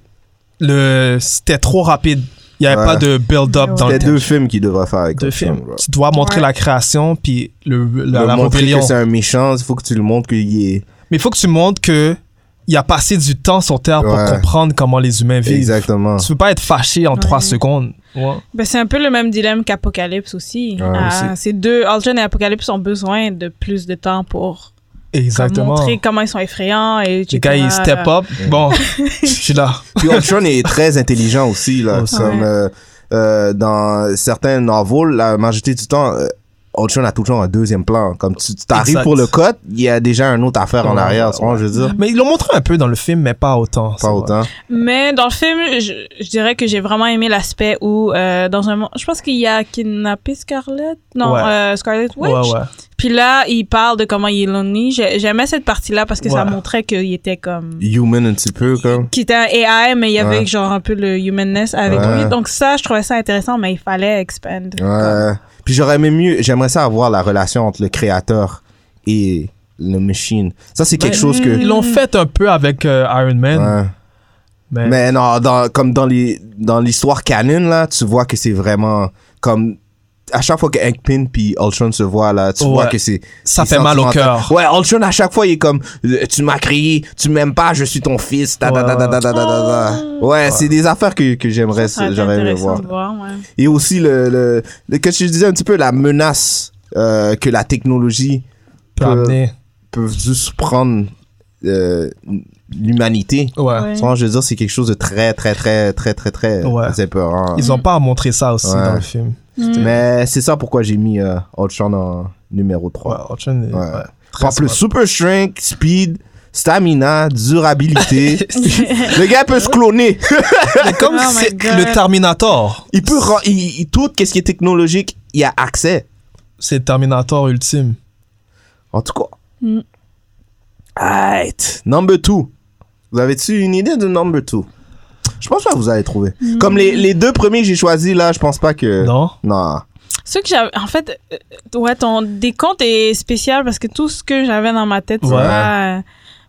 le c'était trop rapide. Il n'y avait Ouais. pas de build-up dans le C'était temps. deux films qu'il devrait faire avec Deux Ultron, films. bro. Tu dois montrer Ouais. la création puis le, la, Le la montrer rébellion. que c'est un méchant, il faut que tu le montres qu'il est. Mais il faut que tu montres que il a passé du temps sur Terre pour Ouais. comprendre comment les humains vivent. Exactement. Tu peux pas être fâché en trois secondes. Ouais. Ben, c'est un peu le même dilemme qu'Apocalypse aussi. Ouais, Ah, ces deux, Ultron et Apocalypse ont besoin de plus de temps pour comme, Exactement. montrer comment ils sont effrayants et Les gars, ils step euh, up. Bon, je suis là. Puis Ultron est très intelligent aussi, là. Aussi. Comme euh, euh, dans certains novels, la majorité du temps, euh, Ultron a toujours un deuxième plan. Comme tu tu t'arrives Exact. pour le cut, il y a déjà un autre affaire en Ouais, arrière, ouais, tu vois, je veux dire. Mais ils l'ont montré un peu dans le film, mais pas autant. c'est Pas vrai. autant. Mais dans le film, je, je dirais que j'ai vraiment aimé l'aspect où, euh, dans un moment, je pense qu'il y a kidnappé Scarlett. Non, Ouais. euh, Scarlett Witch. Ouais, ouais. Puis là, il parle de comment il est lonely. J'ai- J'aimais cette partie-là parce que ça Ouais. montrait qu'il était comme. Human un petit peu, comme. Qu'il était un AI, mais il y avait Ouais. genre un peu le humanness avec Ouais. lui. Donc ça, je trouvais ça intéressant, mais il fallait expand. Ouais. Puis j'aurais aimé mieux, j'aimerais ça avoir la relation entre le créateur et le machine. Ça, c'est quelque Ouais. chose que. Ils l'ont Mm. fait un peu avec euh, Iron Man. Ouais. Mais, Mais non, dans, comme dans les dans l'histoire canon là, tu vois que c'est vraiment comme à chaque fois que Hank Pym puis Ultron se voient là, tu Ouais. vois que c'est Ça c'est fait mal au sentimental. cœur. Ouais, Ultron à chaque fois il est comme euh, tu m'as crié, tu m'aimes pas, je suis ton fils. ta, ta, ta, ta, ta, ta, ta, ta. Ouais, c'est des affaires que, que j'aimerais Ça aurait été j'aurais aimé intéressant voir. de voir, ouais. Et aussi le, le, le- que je disais un petit peu la menace euh, que la technologie peut amener. peut juste prendre euh, l'humanité. Ouais. Ouais. Tu vois, je veux dire, c'est quelque chose de très, très, très, très, très, très Ouais. épeurant. Ils Mm. ont pas montré ça aussi Ouais. dans le film. Mais c'est ça pourquoi j'ai mis euh, Ultron en numéro 3. Ouais, Orchon est- Ouais. ouais. Par le super shrink, speed, stamina, durabilité. le gars peut se cloner. Mais comme Oh my c'est God. le Terminator, Il peut ren- il, il- tout qu'est-ce qui est technologique, il a accès. c'est le Terminator ultime. En tout cas. Mm. Alright. Number 2. Vous avez-tu une idée de number 2 Je pense pas que vous allez trouver. Comme les, les deux premiers que j'ai choisis là, je pense pas que. Non? Non. Ceux que j'avais, en fait, euh, ouais, ton décompte est spécial parce que tout ce que j'avais dans ma tête, c'est Ouais. pas, euh,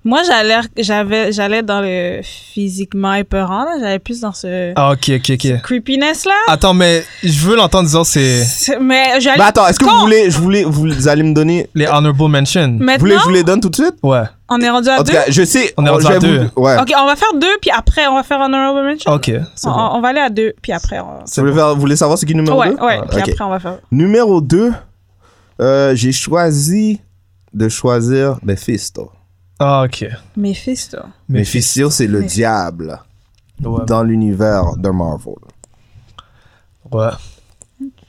Moi, j'allais, j'avais, j'allais dans le physiquement épeurant, là. J'allais plus dans ce Ah, ok, ok, ok. creepiness, là. Attends, mais je veux l'entendre disant c'est C'est- Mais j'allais. Bah attends, est-ce que vous Con. voulez, je voulais, vous vous allez me donner, les honorable mentions. vous voulez, que Maintenant, je vous les donne tout de suite Ouais. on est rendu à En tout deux. cas, je sais. On est rendu je vais à deux. vous- Ouais. Oh, Ok, on va faire deux, puis après, on va faire honorable mention. Ok, c'est on, bon. on va aller à deux, puis après, on... Vous voulez, faire- vous voulez savoir ce qui est numéro Ouais, 2 ouais, puis Ah, Ok. après, on va faire... Numéro 2, j'ai choisi de choisir Mephisto. Ah, ok. Mephisto. Mephisto, c'est le diable Ouais. dans l'univers de Marvel. ouais.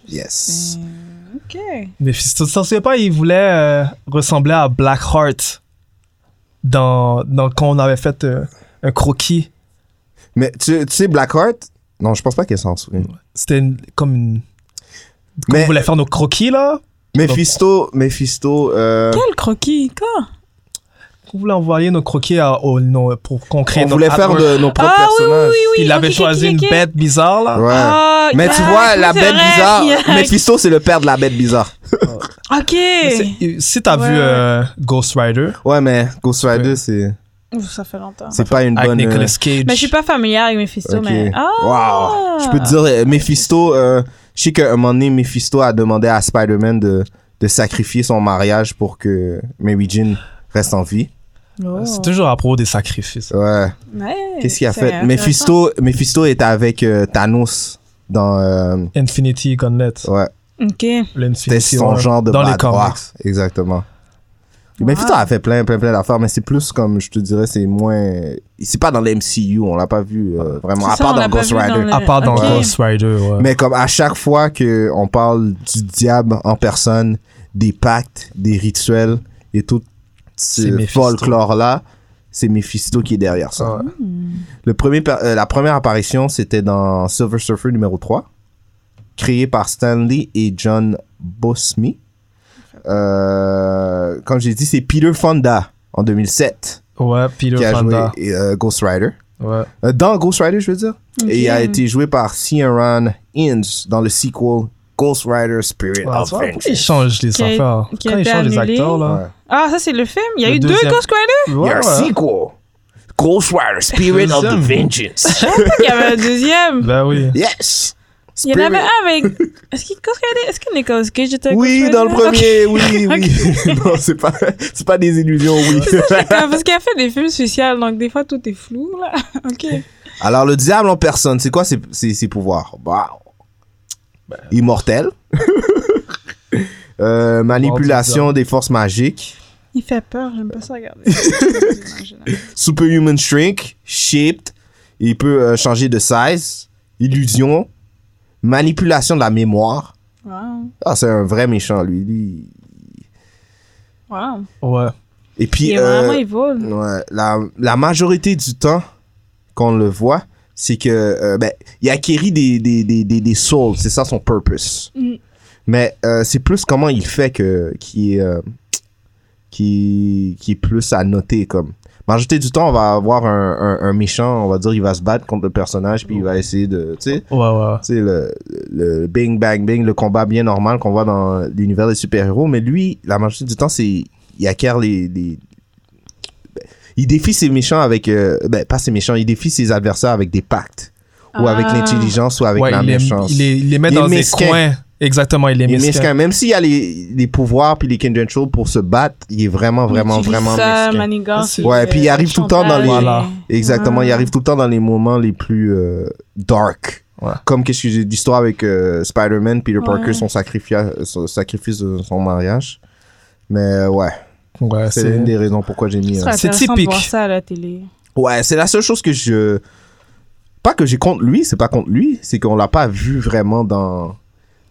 Yes. Ok. Mephisto, tu t'en souviens pas, il voulait euh, ressembler à Blackheart dans, dans quand on avait fait euh, un croquis. Mais tu, tu sais, Blackheart Non, je pense pas qu'elle s'en souvient. C'était une- comme une. On Mais voulait faire nos croquis, là. Mephisto, Mephisto, euh, Quel croquis, quoi? On voulait envoyer nos croquis à, au- nos- pour qu'on crée on notre voulait faire artwork. de nos propres Ah oui, oui, personnages. oui, oui. Il ok, avait ok, choisi ok, une ok. bête bizarre, là. Ouais. Ah, Mais tu yeah, vois, oui, la c'est bête vrai, bizarre. yeah. Mephisto, c'est le père de la bête bizarre. Ok. Mais c'est- Si t'as Ouais, vu ouais. euh, Ghost Rider Ouais, mais Ghost Rider, Ouais. c'est, Ouh, Ça fait longtemps. c'est pas une avec bonne. Nicolas euh, Cage. Mais je suis pas familière avec Mephisto, Ok. mais... Ah! Wow. Je peux te dire, euh, Mephisto, euh, je sais qu'à un moment donné, Mephisto a demandé à Spider-Man de, de sacrifier son mariage pour que Mary Jane reste en vie. Oh. C'est toujours à propos des sacrifices. Ouais. Ouais, Ah, Qu'est-ce qu'il a c'est fait? intéressant. Mephisto, Mephisto était avec euh, Thanos dans. euh, Infinity Gauntlet. ouais. Ok. C'était L'Infinity son War. genre de Dans les bad comics. rap. Exactement. Mephisto a fait plein, plein, plein d'affaires, mais c'est plus comme, je te dirais, c'est moins. C'est pas dans l'MCU, on l'a pas vu euh, vraiment, C'est à ça, part on dans l'a pas Ghost vu Rider. dans le- À part dans Ok. Ghost Rider, ouais. Mais comme à chaque fois que on parle du diable en personne, des pactes, des rituels et tout C'est ce Mephisto. folklore là, c'est Mephisto qui est derrière ça. Ouais. Le premier, per- euh, la première apparition c'était dans Silver Surfer numéro 3, créé par Stanley et John Buscemi. Euh, comme j'ai dit, c'est Peter Fonda en 2007 Ouais, Peter qui a Fonda. joué euh, Ghost Rider. Ouais. Euh, dans Ghost Rider, je veux dire. Ok. Et il a été joué par Ciaran Inge dans le sequel Ghost Rider Spirit Ah, of tu vois, pourquoi ils Vengeance. changent les Qui a- affaires. qui a Quand ils été changent les annulé. acteurs, là. Ah, ça, c'est le film? Il y a Le eu deux deuxième. Ghost Rider? Ouais, Il y a un ouais. sequel Ghost Rider Spirit of the Deuxième. Vengeance. Il y avait un deuxième. Ben oui. yes! Il y en Spirit. avait un avec. Est-ce qu'il Ghost Rider? Est-ce que Nicolas Cage était un Oui, Ghost dans le premier, Rider? oui, oui. non, c'est pas, c'est pas des illusions, oui. Ok. Ah, Parce qu'il a fait des films spéciaux, donc des fois tout est flou, là. Ok. Alors, le diable en personne, c'est quoi ses, ses- ses pouvoirs? Wow. Immortel. Euh, manipulation des forces magiques. Il fait peur, j'aime pas ça regarder. En général. Superhuman Shrink, Shaped. Il peut euh, changer de size. Illusion. Manipulation de la mémoire. wow. Ah, c'est un vrai méchant, lui. Lui- Wow. Ouais. Et Il puis, est euh, vraiment evil. ouais, la, la majorité du temps qu'on le voit, c'est que euh, ben, il acquérit des, des, des, des, des souls. C'est ça son purpose. Mm. Mais euh, c'est plus comment il fait que qui est, euh, qui, qui est plus à noter comme. Majorité du temps, on va avoir un, un, un méchant, on va dire, il va se battre contre le personnage, puis il va essayer de, tu sais, Ouais, ouais. tu sais, le, le bing, bang, bing, le combat bien normal qu'on voit dans l'univers des super-héros. Mais lui, la majorité du temps, c'est. Il acquiert les. les- ben, il défie ses méchants avec. euh, ben, pas ses méchants, il défie ses adversaires avec des pactes. Ou avec Ah. l'intelligence, ou avec ouais, la il, les, méchance. il les- il les met Il est dans des mesquin. coins. Exactement, il les Il est met mesquin. Même s'il y a les, les pouvoirs puis les credentials pour se battre, il est vraiment, vraiment, Il utilise vraiment ça, mesquin. manigance, Ouais, puis il arrive tout le temps dans les- Voilà. Exactement, il arrive tout le temps dans les moments les plus euh, dark. Ouais. Comme qu'est-ce que j'ai l'histoire avec euh, Spider-Man, Peter Parker, Ouais. son sacrifice, son sacrifice de son mariage. Mais euh, ouais, Ouais, c'est Ah, c'est. une des raisons pourquoi j'ai mis. euh, C'est C'est typique. De typique. voir ça à la télé. Ouais, c'est la seule chose que je. Pas que j'ai contre lui, c'est pas contre lui, c'est qu'on l'a pas vu vraiment dans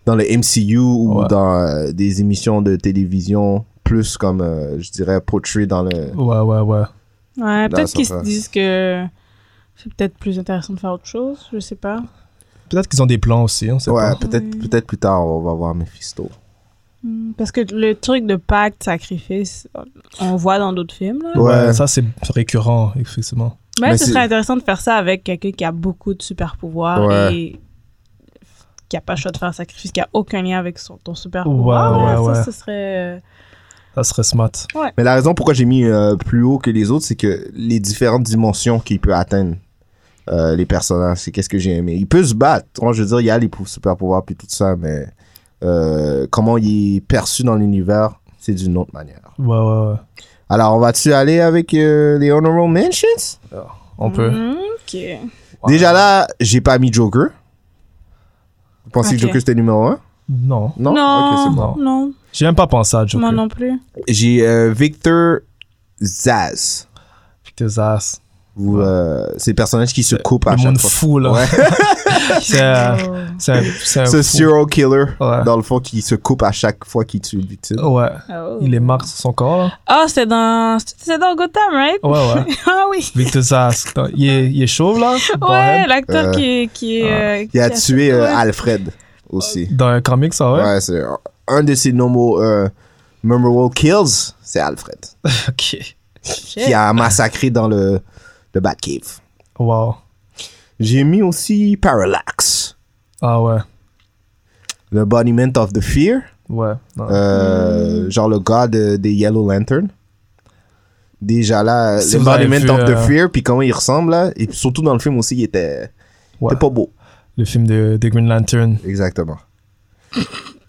dans le MCU ou Ouais. dans euh, des émissions de télévision plus comme euh, je dirais portrait dans le. Ouais, ouais, ouais. Ouais, Non, peut-être ça qu'ils va. se disent que c'est peut-être plus intéressant de faire autre chose, je sais pas. Peut-être qu'ils ont des plans aussi, on sait Ouais, pas. peut-être peut-être plus tard on va voir Mephisto. Hmm, Parce que le truc de pacte, sacrifice, on voit dans d'autres films. Là. Ouais. ça c'est récurrent, effectivement. Mais, Mais ce c'est- serait intéressant de faire ça avec quelqu'un qui a beaucoup de super pouvoirs Ouais. et qui a pas le choix de faire un sacrifice, qui a aucun lien avec son, ton super Ouais, pouvoir. là. ouais, ça, ouais. ce serait. euh, Ça serait smart. Mais la raison pourquoi j'ai mis euh, plus haut que les autres, c'est que les différentes dimensions qu'il peut atteindre euh, les personnages, c'est qu'est-ce que j'ai aimé. Il peut se battre. Moi, je veux dire, il y a les pou- super pouvoirs puis tout ça, mais euh, comment il est perçu dans l'univers, c'est d'une autre manière. Ouais, ouais, ouais. Alors, on va-tu aller avec euh, les honorable mentions? On Mm-hmm. peut. Euh. hmm, Ok. Déjà là, j'ai pas mis Joker. Vous pensez Ok. que Joker c'était numéro 1? Non. Non? Ok, c'est Non, bon. bon. non, J'ai même pas pensé à Joker. moi non plus. J'ai euh, Victor Zaz. Puis tes as. Vous, euh, c'est le personnage qui se coupe à Le chaque monde fois. fou, là. Ouais. C'est euh, c'est un. C'est un. Ce fou. serial killer, Ouais. dans le fond, qui se coupe à chaque fois qu'il tue une victime. Ouais. Oh. Il est marre sur son corps, là. Ah, c'est dans... c'est dans Gotham, right? Ouais, ouais. ah oui. Victor Zaz. Il est, il est chauve, là. Ouais, Barhead. l'acteur Euh, qui est... Qui est euh, Il a qui tué euh, ouais. Alfred aussi. Dans un comic, ça, ouais. Ouais, c'est un- un de ses nombreux euh, memorable kills, c'est Alfred, Ok. qui a massacré dans le, le Batcave. Wow. J'ai mis aussi Parallax, Ah, ouais. le Boniment of the Fear, Ouais. Non. euh, genre le gars de- des Yellow Lantern. Déjà là, Si le vous avez Boniment vu, of the euh, Fear, puis comment il ressemble, là, et puis surtout dans le film aussi, il était, il Ouais. était pas beau. Le film de, de Green Lantern. Exactement.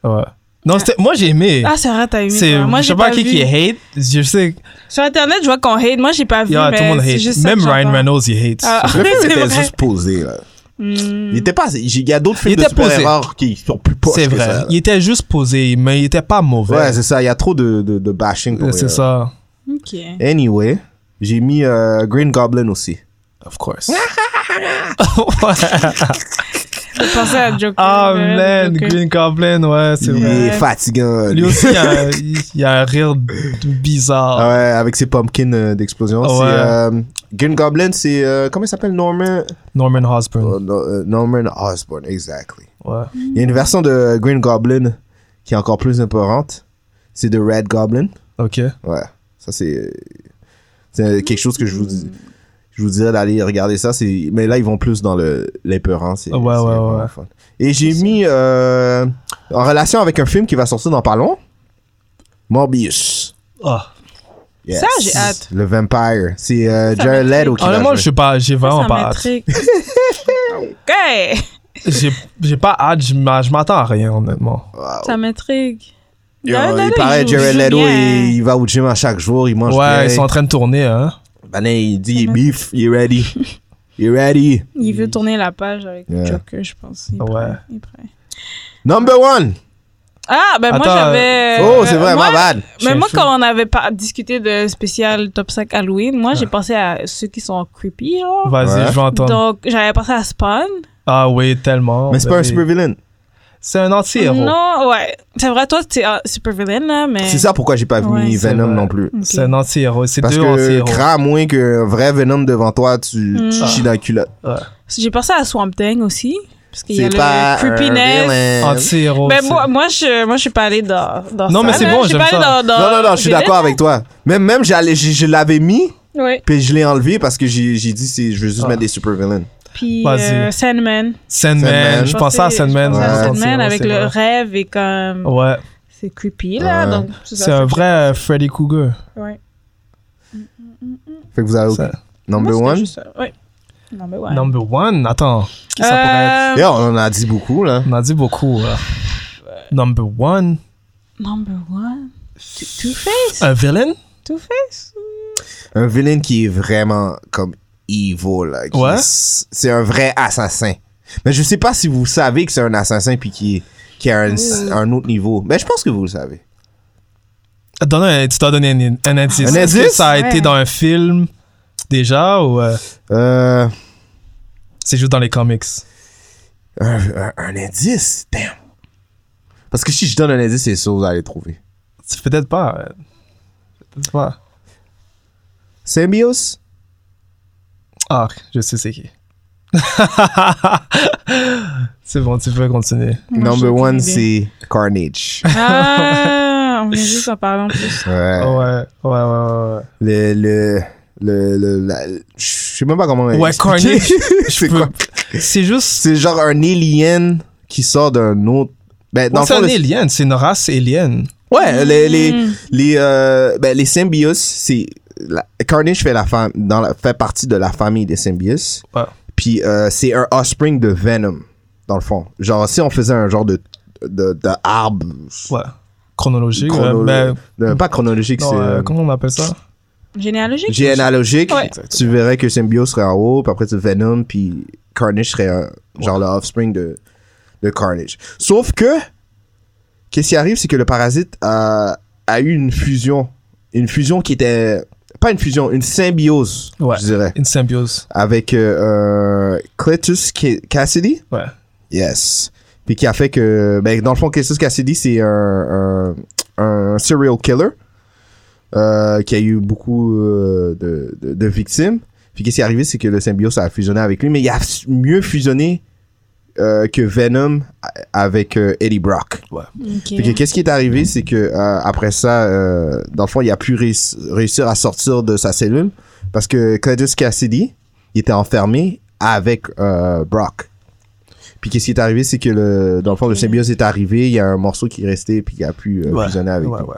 Ouais. Non, c'était- moi, j'ai aimé. Ah, c'est vrai, t'as aimé. c'est, toi. Moi, je j'ai sais pas, pas qui vu. qui hate. Je sais, Sur Internet, je vois qu'on hate. Moi, j'ai pas vu, yeah, mais tout le monde c'est hate. juste ça Même que Ryan j'entends. Reynolds, il hate. Ah, Le film c'est était vrai. juste posé, là. Hmm. Il était pas. Il y a d'autres films Il de était posé. super-héros qui sont plus poches. c'est que vrai. ça, là. il était juste posé, mais il était pas mauvais. Ouais, c'est ça. Il y a trop de, de, de bashing pour Euh, c'est rien. ça. Ok. Anyway, j'ai mis euh, Green Goblin aussi. Ah, Of course. Ouais. Je pensais à Joker. Ah, euh, man, Joker. Green Goblin, ouais, c'est il vrai. est fatigant. lui. Lui aussi, il y a, il y a un rire d- Ah bizarre. ouais, avec ses pumpkins euh, d'explosion. Ah Ouais. C'est, euh, Green Goblin, c'est. euh, comment il s'appelle Norman Norman Osborn. Oh, no- euh, Norman Osborn, exactly. Ouais. Il y a une version de Green Goblin qui est encore plus importante. C'est de Red Goblin. Ok. Ouais, ça c'est c'est quelque chose que je vous dis- je vous dirais d'aller regarder ça. C'est mais là ils vont plus dans le l'épeurant. C'est Ouais, ouais, c'est ouais. vraiment fun. Et j'ai mis euh, en relation avec un film qui va sortir dans pas long, Morbius. Ah. Yes. Ça, j'ai hâte. Le Vampire. C'est euh, Ça Jared m'intrigue. Leto qui va Honnêtement, je jouer. suis pas, j'ai vraiment Ça pas hâte. m'intrigue. ok. J'ai, j'ai pas hâte, je m'a- je m'attends à rien, honnêtement. Wow. Ça m'intrigue. Yo, Jared Leto, il il paraît joue- Jared joue Leto, bien. il, il va au gym à chaque jour, il mange bien. ouais, ils sont en train de tourner, hein. Ben, il dit il est beef, il est ready. il est ready. Il veut tourner la page avec Yeah. Joker, je pense. Il est prêt, Ouais. il est prêt. Number one. Ah, ben moi Attends, j'avais. oh, c'est vrai, moi, ma bad. Mais J'ai moi, fait- quand on avait pas discuté de spécial Top 5 Halloween, moi j'ai pensé à ceux qui sont creepy, genre. Vas-y, Ouais. je vais Ah. entendre. Donc, j'avais pensé à Spawn. Ah oui, tellement. Mais c'est pas un vas-y. super villain. C'est un anti-héros. Non, ouais. C'est vrai, toi, t'es un super villain, là, mais. C'est ça pourquoi j'ai pas Ouais, mis c'est Venom vrai. non plus. Ok. C'est un anti-héros. C'est Parce deux que, anti-héros. cra, à moins qu'un vrai Venom devant toi, tu, tu Mm. chies dans la culotte. J'ai pensé à Swamp Thing aussi. Parce qu'il y a C'est le pas un creepiness. Ah, villain. Anti-héros. Mais Oh, c'est- Ben, moi, moi, je, moi, je suis pas allée dans, dans Non, ça, mais c'est là. bon, je suis j'aime pas allée ça. dans, dans Non, non, non, je suis villain. d'accord avec toi. Même, même j'allais- je, je l'avais mis, Ouais. puis je l'ai enlevé parce que j'ai j'ai dit c'est- je veux juste Ah. mettre des super villains. Puis Vas-y. euh, Sandman. Sandman. Sandman. Je pensais à Sandman. Je pensais à ouais, Ouais. Sandman anti-héros, avec c'est le vrai. rêve et comme. Ouais, C'est creepy, là. Ouais. Donc, ça, c'est un vrai euh, Freddy Cougar. Ouais. Fait que vous avez. Ça- Number Moi, one. c'était juste ça. Ouais. Number one. Number one, attends. Qui ça pourrait Euh, être? Et on en a dit beaucoup, là. On a dit beaucoup. là. Number one, Number one. Two- Two-Face? un villain? Two-Face? Un villain qui est vraiment comme evil, là. qui Ouais. est- C'est un vrai assassin. Mais je sais pas si vous savez que c'est un assassin puis qui est. Qui a un, un autre niveau. Mais je pense que vous le savez. Donne un- tu t'as donné un, un indice. Un Est-ce que indice? ça a été Ouais. dans un film déjà ou euh, Euh, c'est juste dans les comics? un, euh, un- un indice, damn. Parce que si je donne un indice, c'est sûr que vous allez le trouver. C'est Peut-être pas. euh, Peut-être pas. Symbios? Ah, je sais c'est qui. c'est bon, tu peux continuer. Moi, j'ai Number aucune one, c'est idée. Carnage. Ah, on vient juste en parlant plus. Ouais. Ouais, ouais, ouais, ouais. ouais. Le, le, le, le- la- je sais même pas comment. Ouais, expliquer. Carnage, c'est peux- quoi? C'est juste. C'est genre un alien qui sort d'un autre. Ben, dans Ouais, le c'est fond, un le- alien, c'est une race alien. Ouais, les, les, les, euh, ben, les symbiotes, c'est. la- Carnage fait, la fam- dans la- fait partie de la famille des symbiotes. Ouais. Puis euh, c'est un offspring de Venom, dans le fond. Genre, si on faisait un genre de, de, de arbre. Ouais. Chronologique. chronolo- ouais, ben, euh, pas chronologique, non, c'est. euh, euh, comment on appelle ça Généalogique? généalogique. Ouais. Tu verrais que symbiote serait en haut, puis après tu Venom, puis Carnage serait un- genre le offspring de, de Carnage. Sauf que, qu'est-ce qui arrive, c'est que le parasite a, a eu une fusion. Une fusion qui était. Pas une fusion, une symbiose, Ouais. je dirais. Une symbiose. Avec euh, euh, Cletus Ca- Cassidy. Ouais. Yes. Puis qui a fait que, ben, dans le fond, Cletus Cassidy, c'est un, un, un serial killer euh, qui a eu beaucoup euh, de, de, de victimes. Puis qu'est-ce qui est arrivé, c'est que le symbiote a fusionné avec lui, mais il a s- mieux fusionné euh, que Venom a- avec euh, Eddie Brock. Ok. Fait que qu'est-ce qui est arrivé, c'est que euh, après ça, euh, dans le fond, il a pu réuss- réussir à sortir de sa cellule parce que Cletus Cassidy, il était enfermé avec euh, Brock. Puis qu'est-ce qui est arrivé, c'est que le, dans le fond, le Ok. symbiose est arrivé, il y a un morceau qui est resté, puis il a pu euh, Ouais, fusionner avec ouais, lui. ouais.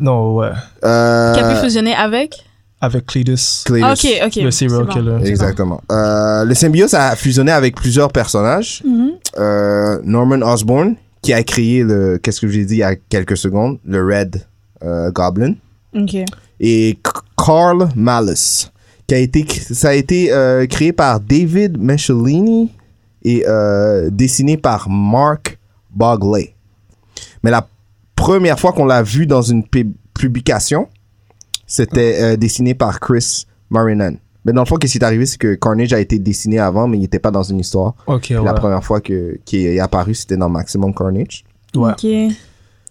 Non, ouais. Euh, Qui a pu fusionner avec? Avec Cletus. Cletus. Ah, ok, ok. Le serial c'est bon. killer. C'est Exactement. Euh, le symbiose a fusionné avec plusieurs personnages. Mhm. Euh, Norman Osborn, qui a créé le, qu'est-ce que j'ai dit il y a quelques secondes, le Red euh, Goblin. Ok. et C- Carl Malice, qui a été, cr- ça a été euh, créé par David Michelini et euh, dessiné par Mark Bogley. Mais la première fois qu'on l'a vu dans une pub- publication, c'était euh, dessiné par Chris Marinan. Mais dans le fond, ce qui est arrivé, c'est que Carnage a été dessiné avant, mais il n'était pas dans une histoire. Ok, Puis La ouais. première fois que- qu'il est apparu, c'était dans Maximum Carnage. Ouais. Ok.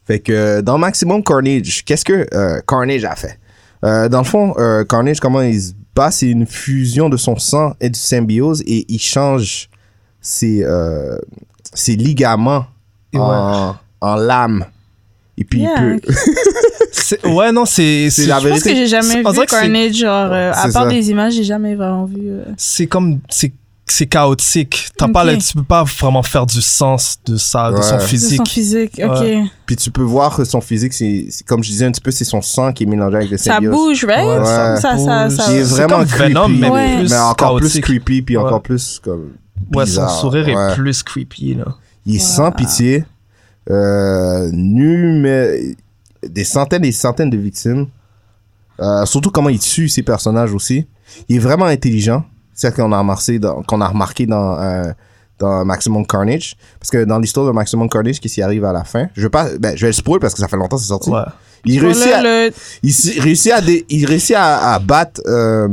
Fait que euh, dans Maximum Carnage, qu'est-ce que euh, Carnage a fait Euh, Dans le fond, euh, Carnage, comment il se bat C'est une fusion de son sang et du symbiose et il change ses, euh, ses ligaments Et ouais. en, en lames. Et puis Yeah, il ok. peut. C'est- Ouais, non, c'est. C'est c'est- la Je pense que vérité. j'ai c'est- jamais on dirait vu que c'est- Carnage, genre, euh, à C'est part ça. des images, j'ai jamais vraiment vu. euh. C'est comme. C'est c'est chaotique. T'as pas Ok. le- tu peux pas vraiment faire du sens de ça, de son Ouais. De physique. son physique, ok. Ouais. Puis tu peux voir que son physique, c'est c'est- comme je disais un petit peu, c'est son sang qui est mélangé avec le Ça symbiose. bouge, right? Ouais, ça, ouais. ça, ça, Bouge. ça- Il est C'est vraiment comme creepy, Venom, mais Ouais. plus mais encore plus chaotique. creepy, puis Ouais. encore plus comme. Ouais, son bizarre. sourire Ouais. est plus creepy, là. Il est sans pitié. Euh, nul, mais des centaines et des centaines de victimes. Euh, surtout comment il tue ses personnages aussi. Il est vraiment intelligent. C'est ça qu'on a remarqué dans, qu'on a remarqué dans, euh, dans Maximum Carnage. Parce que dans l'histoire de Maximum Carnage, qu'est-ce qui arrive à la fin Je vais pas, ben, je vais le spoil parce que ça fait longtemps que c'est sorti. Ouais. Il, Bon, réussit là, à, le- il s- réussit à, dé- il réussit à, à battre euh,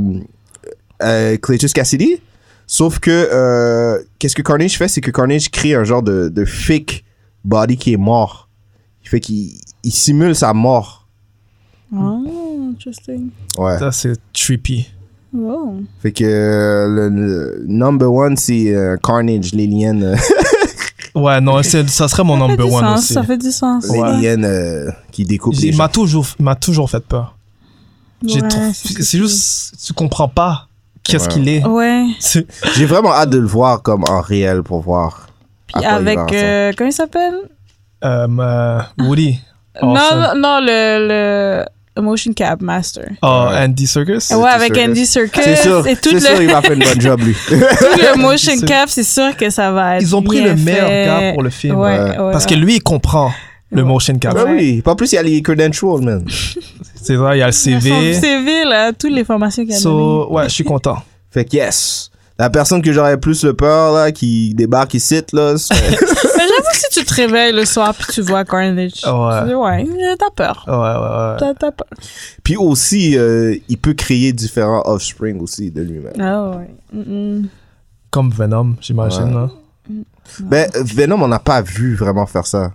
euh, Cletus Cassidy. Sauf que, euh, qu'est-ce que Carnage fait? C'est que Carnage crée un genre de, de fake body qui est mort. Il fait qu'il il simule sa mort. Oh, interesting. Ouais. Ça, c'est trippy. Wow. Fait que euh, le, le number one, c'est euh, Carnage, l'alien, euh, Ouais, non, c'est- ça serait mon Ça fait number du one sens, aussi. ça fait du sens. Ouais. l'alien, euh, qui découpe les Il gens. m'a toujours, il m'a toujours fait peur. J'ai Ouais, trop- c'est c'est juste, tu comprends pas qu'est-ce Ouais. qu'il est. Ouais. C'est- J'ai vraiment hâte de le voir comme en réel pour voir. à quoi Puis il avec, va ressembler. euh, comment il s'appelle? euh, euh, Woody. Non, Orson. non, non, le, le Motion Cap Master. Ah, Oh, Andy Serkis. Ouais, avec Circus. Andy Circus c'est sûr, et tout c'est sûr, le, il va faire une bonne job, lui. tout le motion C'est- cap, c'est sûr que ça va être. Ils ont pris bien le meilleur fait. gars pour le film. euh, Ouais, ouais. ouais, Parce que ouais. lui, il comprend le Ouais. motion cap. Ah Ouais. oui, pas plus il y a les credentials, man. C'est vrai, il y a le Son CV. CV, là, toutes les formations qu'il a données. So, ouais, je suis content. Fait que yes. La personne que j'aurais plus le peur, là, qui débarque ici, là, c'est- Mais j'avoue, si tu te réveilles le soir puis tu vois Carnage, Ouais. tu dis, ouais, euh, t'as peur. Ouais, ouais, ouais. T'as t'as peur. Puis aussi, euh, il peut créer différents offspring aussi de lui-même. Ah ouais. Mm, mm. Comme Venom, j'imagine. hein. Ouais. là. Ben, Venom, on n'a pas vu vraiment faire ça.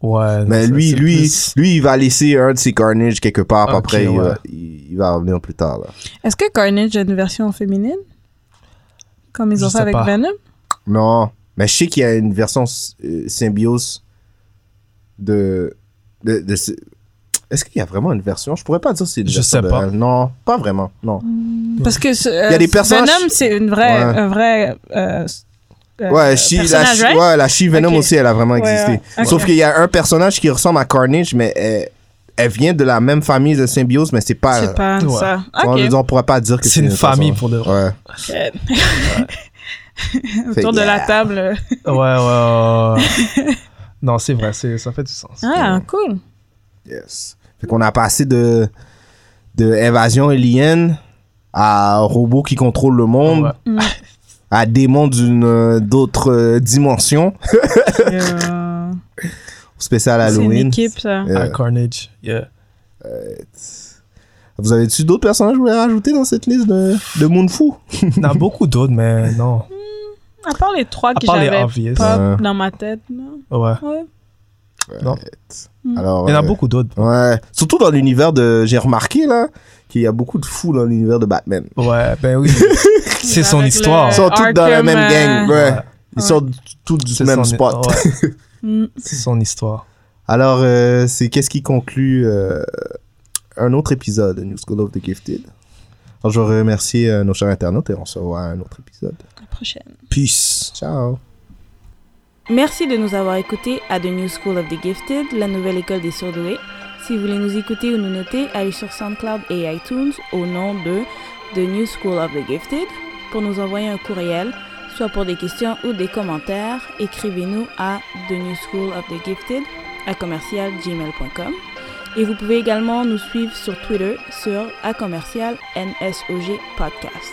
Ouais. Mais c'est- lui, c'est lui, plus- lui, il va laisser un de ses Carnage quelque part, puis Ok, après, il, ouais. va, il- il va revenir plus tard, là. Est-ce que Carnage a une version féminine? Comme Je ils ont sais fait avec pas. Venom? Non. Mais je sais qu'il y a une version euh, symbiose de. de, de ce- Est-ce qu'il y a vraiment une version Je pourrais pas dire si c'est une Je version sais de pas. elle. Non, pas vraiment. Non. Parce que ce- y a euh, des personnages- Venom, c'est une vraie, Ouais. un vrai euh, euh, Ouais, she- la, personnage, she- right? ouais, la She Venom Ok. aussi, elle a vraiment Ouais, existé. ouais. Ok. Sauf qu'il y a un personnage qui ressemble à Carnage, mais elle, elle vient de la même famille de symbiose, mais c'est pas. C'est pas Ouais. ça. on, Ok. ne pourra pas dire que C'est une famille pour de vrai. Ouais. Euh, Autour Fait, de la yeah. table. Ouais, ouais, ouais, ouais. non, c'est vrai, c'est- ça fait du sens. Ah, cool. Yes. Fait qu'on a passé de, de Invasion Alien à Robot qui contrôle le monde, Ouais. à Démon d'une euh, d'autre euh, dimension, Euh, spécial C'est une Halloween. équipe, ça. Yeah. À Carnage. Yeah. Vous avez-tu d'autres personnages que vous voulez rajouter dans cette liste de, de Moonfoo? Il y en a beaucoup d'autres, mais non. À part les trois que part les j'avais obvious. pas Ouais. dans ma tête, non? Ouais. Ouais. Non. Alors, Il y en a euh, beaucoup d'autres. Ouais. Surtout dans l'univers de. J'ai remarqué là qu'il y a beaucoup de fous dans l'univers de Batman. Ouais, ben oui. c'est son Avec histoire. Ils sont tous dans la Arkham, même euh, gang. Ouais. Ils Ouais. sont tous du C'est même son- spot. ouais, Mm. c'est son histoire. Alors, euh, c'est qu'est-ce qui conclut euh, un autre épisode de New School of the Gifted. Alors, je remercie euh, nos chers internautes et on se voit à un autre épisode. À la prochaine. Peace. Ciao. Merci de nous avoir écoutés à The New School of the Gifted, la nouvelle école des surdoués. Si vous voulez nous écouter ou nous noter, allez sur SoundCloud et iTunes au nom de The New School of the Gifted pour nous envoyer un courriel, soit pour des questions ou des commentaires. Écrivez-nous à The New School of the Gifted à commercialgmail.com. Et vous pouvez également nous suivre sur Twitter sur à commercial NSOG Podcast.